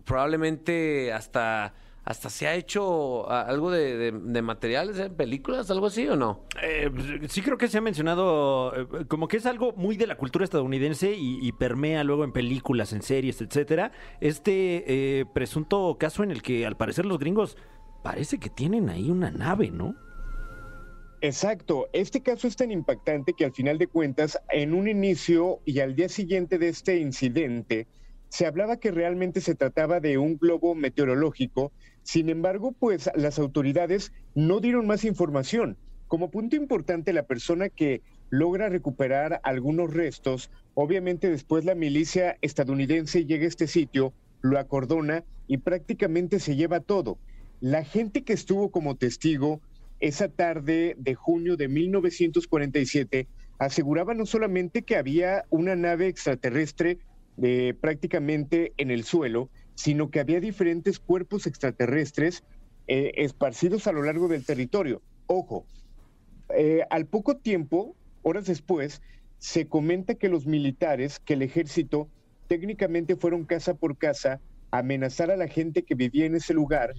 probablemente hasta, hasta se ha hecho a- algo de, de- de materiales, eh, películas, algo así o no.
Eh,
pues,
sí creo que se ha mencionado eh, como que es algo muy de la cultura estadounidense y, y permea luego en películas, en series, etcétera. Este eh, presunto caso en el que al parecer los gringos parece que tienen ahí una nave, ¿no?
Exacto, este caso es tan impactante que al final de cuentas, en un inicio y al día siguiente de este incidente, se hablaba que realmente se trataba de un globo meteorológico, sin embargo, pues las autoridades no dieron más información. Como punto importante, la persona que logra recuperar algunos restos, obviamente después la milicia estadounidense llega a este sitio, lo acordona y prácticamente se lleva todo. La gente que estuvo como testigo esa tarde de junio de 1947 aseguraba no solamente que había una nave extraterrestre eh, prácticamente en el suelo, sino que había diferentes cuerpos extraterrestres eh, esparcidos a lo largo del territorio. Ojo, eh, al poco tiempo, horas después, se comenta que los militares, que el ejército, técnicamente fueron casa por casa a amenazar a la gente que vivía en ese lugar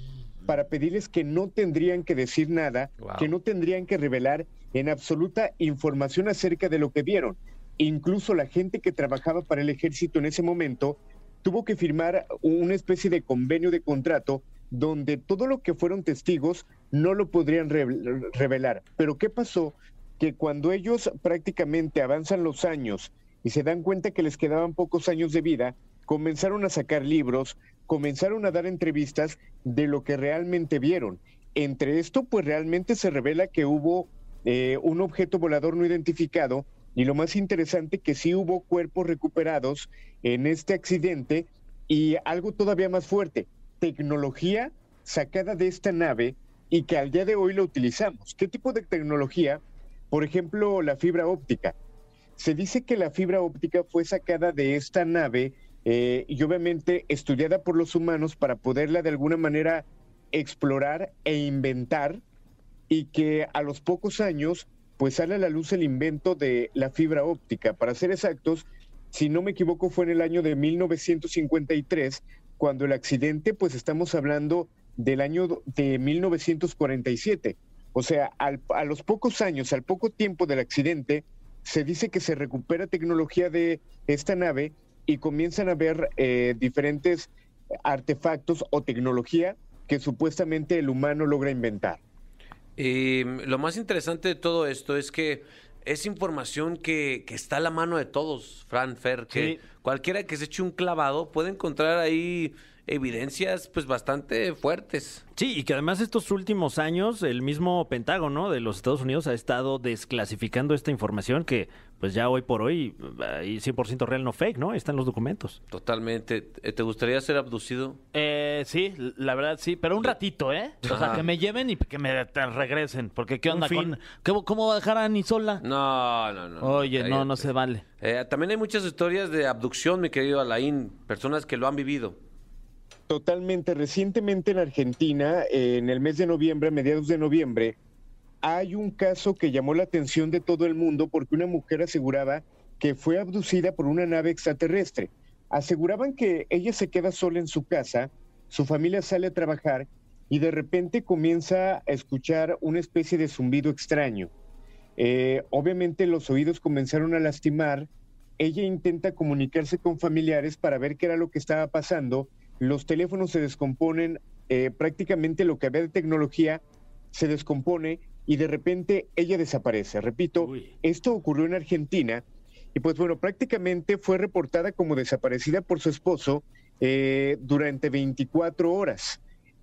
para pedirles que no tendrían que decir nada, que no tendrían que revelar en absoluta información acerca de lo que vieron. Incluso la gente que trabajaba para el ejército en ese momento tuvo que firmar una especie de convenio de contrato donde todo lo que fueron testigos no lo podrían revel- revelar. Pero ¿qué pasó? Que cuando ellos prácticamente avanzan los años y se dan cuenta que les quedaban pocos años de vida, comenzaron a sacar libros, comenzaron a dar entrevistas de lo que realmente vieron. Entre esto, pues realmente se revela que hubo eh, un objeto volador no identificado y lo más interesante que sí hubo cuerpos recuperados en este accidente y algo todavía más fuerte, tecnología sacada de esta nave y que al día de hoy la utilizamos. ¿Qué tipo de tecnología? Por ejemplo, la fibra óptica. Se dice que la fibra óptica fue sacada de esta nave eh, y obviamente estudiada por los humanos para poderla de alguna manera explorar e inventar y que a los pocos años pues sale a la luz el invento de la fibra óptica. Para ser exactos, si no me equivoco fue en el año de 1953 cuando el accidente pues estamos hablando del año de 1947. O sea, al- a los pocos años, al poco tiempo del accidente, se dice que se recupera tecnología de esta nave y comienzan a ver eh, diferentes artefactos o tecnología que supuestamente el humano logra inventar.
Y mm, lo más interesante de todo esto es que es información que, que está a la mano de todos, Fran Fer, que
Sí.
cualquiera que se eche un clavado puede encontrar ahí evidencias pues bastante fuertes.
Sí, y que además estos últimos años el mismo Pentágono de los Estados Unidos ha estado desclasificando esta información que pues ya hoy por hoy ahí 100% real no fake, ¿no? Ahí Están los documentos.
Totalmente. ¿Te te gustaría ser abducido?
Eh, sí, la verdad sí, pero un ratito, ¿eh? O sea,
Ajá.
que me lleven y que me te- regresen, porque ¿qué onda
fin.
con...? ¿Cómo, cómo va a dejar a Ani sola?
No, no, no.
Oye, no, no
cállate.
se vale.
Eh, también hay muchas historias de abducción, mi querido Alain, personas que lo han vivido.
Totalmente, recientemente en Argentina, eh, en el mes de noviembre, a mediados de noviembre, hay un caso que llamó la atención de todo el mundo porque una mujer aseguraba que fue abducida por una nave extraterrestre. Aseguraban que ella se queda sola en su casa, su familia sale a trabajar y de repente comienza a escuchar una especie de zumbido extraño. Eh, obviamente los oídos comenzaron a lastimar, ella intenta comunicarse con familiares para ver qué era lo que estaba pasando, los teléfonos se descomponen, eh, prácticamente lo que había de tecnología se descompone y de repente ella desaparece. Repito,
Uy.
esto ocurrió en Argentina y pues bueno, prácticamente fue reportada como desaparecida por su esposo eh, durante 24 horas,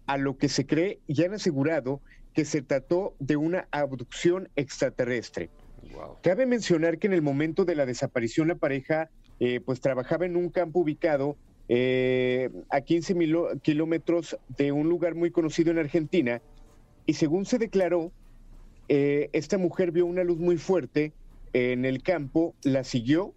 a lo que se cree y han asegurado que se trató de una abducción extraterrestre. Cabe mencionar que en el momento de la desaparición la pareja eh, pues trabajaba en un campo ubicado eh, a 15 milo- kilómetros de un lugar muy conocido en Argentina y según se declaró, eh, esta mujer vio una luz muy fuerte eh, en el campo, la siguió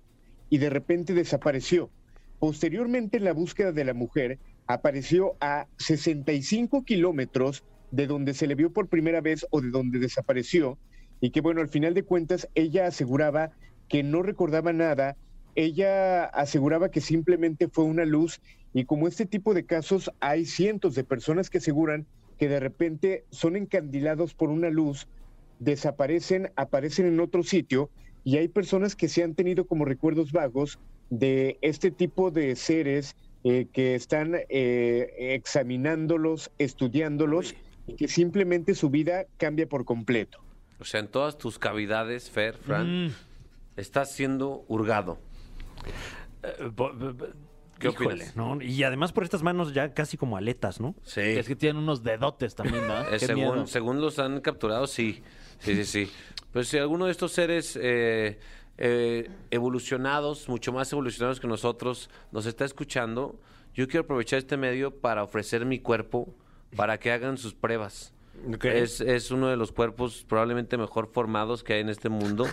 y de repente desapareció. Posteriormente en la búsqueda de la mujer apareció a 65 kilómetros de donde se le vio por primera vez o de donde desapareció y que bueno, al final de cuentas ella aseguraba que no recordaba nada, ella aseguraba que simplemente fue una luz y como este tipo de casos hay cientos de personas que aseguran que de repente son encandilados por una luz, desaparecen, aparecen en otro sitio y hay personas que se han tenido como recuerdos vagos de este tipo de seres eh, que están eh, examinándolos, estudiándolos y que simplemente su vida cambia por completo.
O sea, en todas tus cavidades, Fer, Fran,
Mm.
estás siendo hurgado.
Eh, bo- bo- bo-
¿Qué
híjole,
opinas?
¿no? Y además por estas manos ya casi como aletas, ¿no?
Sí.
Es que tienen unos dedotes también, ¿no?
Eh, según, según los han capturado, sí. Sí, sí, sí. Pero si alguno de estos seres eh, eh, evolucionados, mucho más evolucionados que nosotros, nos está escuchando, yo quiero aprovechar este medio para ofrecer mi cuerpo para que hagan sus pruebas.
Ok.
Es, es uno de los cuerpos probablemente mejor formados que hay en este mundo.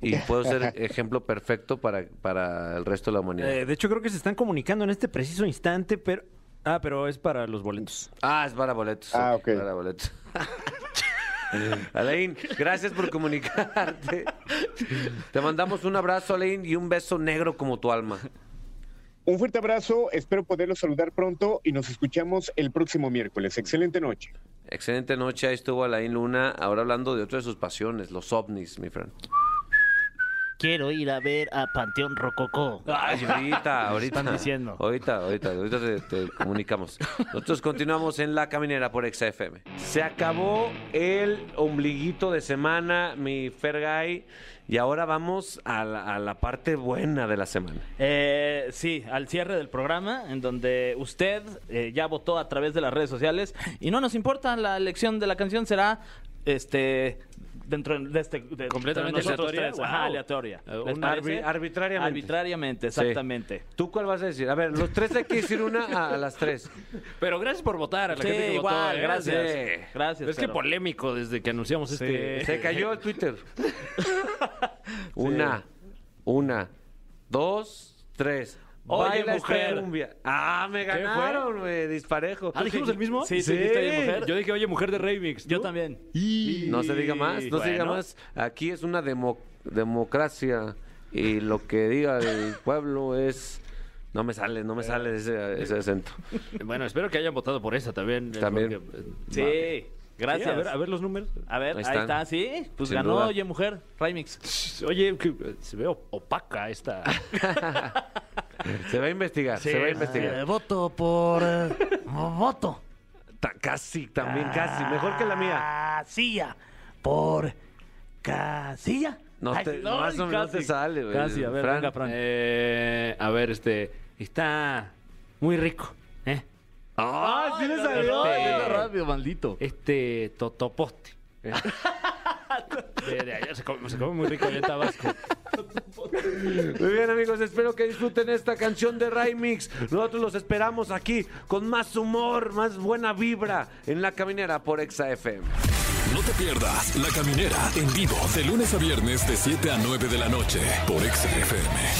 Y puedo ser ejemplo perfecto para, para el resto de la humanidad.
Eh, de hecho creo que se están comunicando en este preciso instante, pero... Ah, pero es para los boletos.
Ah, es para boletos.
Ah,
ok,
ok.
Para boletos. Alain, gracias por comunicarte. Te mandamos un abrazo, Alain, y un beso negro como tu alma.
Un fuerte abrazo, espero poderlos saludar pronto y nos escuchamos el próximo miércoles. Excelente noche.
Excelente noche, ahí estuvo Alain Luna, ahora hablando de otra de sus pasiones, los ovnis, mi friend.
Quiero ir a ver a Panteón Rococó.
Ay, ahorita, ahorita.
Están diciendo.
Ahorita, ahorita, ahorita te, te comunicamos. Nosotros continuamos en La Caminera por XFM. Se acabó el ombliguito de semana, mi Fergay, y ahora vamos a la- a la parte buena de la semana.
Eh, sí, al cierre del programa, en donde usted eh, ya votó a través de las redes sociales y no nos importa la elección de la canción será, este, dentro de este, de-
Completamente
entre nosotros
aleatoria,
tres. Ajá,
wow.
aleatoria.
Eh,
¿Les
un
parece?
arbi- arbitrariamente.
Arbitrariamente, exactamente.
¿Tú cuál vas a decir? A ver, los tres hay que decir una a, a las tres.
Pero gracias por votar a la
Sí,
gente que votó,
igual,
¿eh?
gracias.
Sí.
Gracias.
Es que
Caro.
polémico desde que anunciamos este.
Se cayó el Twitter. Una, una, dos, tres.
Oye,
Baila esta
mujer.
cumbia. Ah, me
fue?
ganaron, me disparejo.
¿Ah, dijimos el mismo?
Sí, sí, dijiste, oye, mujer.
Yo dije, oye, mujer de Remix.
Yo también.
No se diga más, no se diga más. Aquí es una demo- democracia y lo que diga el pueblo es... No me sale, no me sale ese, ese acento.
Bueno, espero que hayan votado por esa también. eh,
También.
porque, eh,
Sí,
va.
gracias.
Sí, a, ver, a ver los números.
A ver,
Ahí
ahí,
están.
está, sí. Pues
Sin
ganó,
duda.
oye, mujer, Remix.
Oye, que, eh, se ve op- opaca esta.
Se va a investigar, se va
Eh,
a
Ah.
investigar.
voto por.
eh,
voto.
Ta- casi, también casi. Mejor que la mía.
Casilla. Por. Casilla.
No
Ay,
te-
no,
más o menos
casi.
te sale, güey.
Casi, a ver,
Fran.
venga, Fran.
Eh, a ver, este. Está muy rico. ¿eh?
¡Ah, sí le
No,
salió!
no,
Este-
no, rápido, maldito.
Este totopote. ¿eh? De- de allá se, come, se come muy rico allá en Tabasco.
Muy bien, amigos, espero que disfruten esta canción de Raimix. Nosotros los esperamos aquí con más humor, más buena vibra en la caminera por Exa FM.
No te pierdas La Caminera en vivo de lunes a viernes de 7 a 9 de la noche por Exa FM.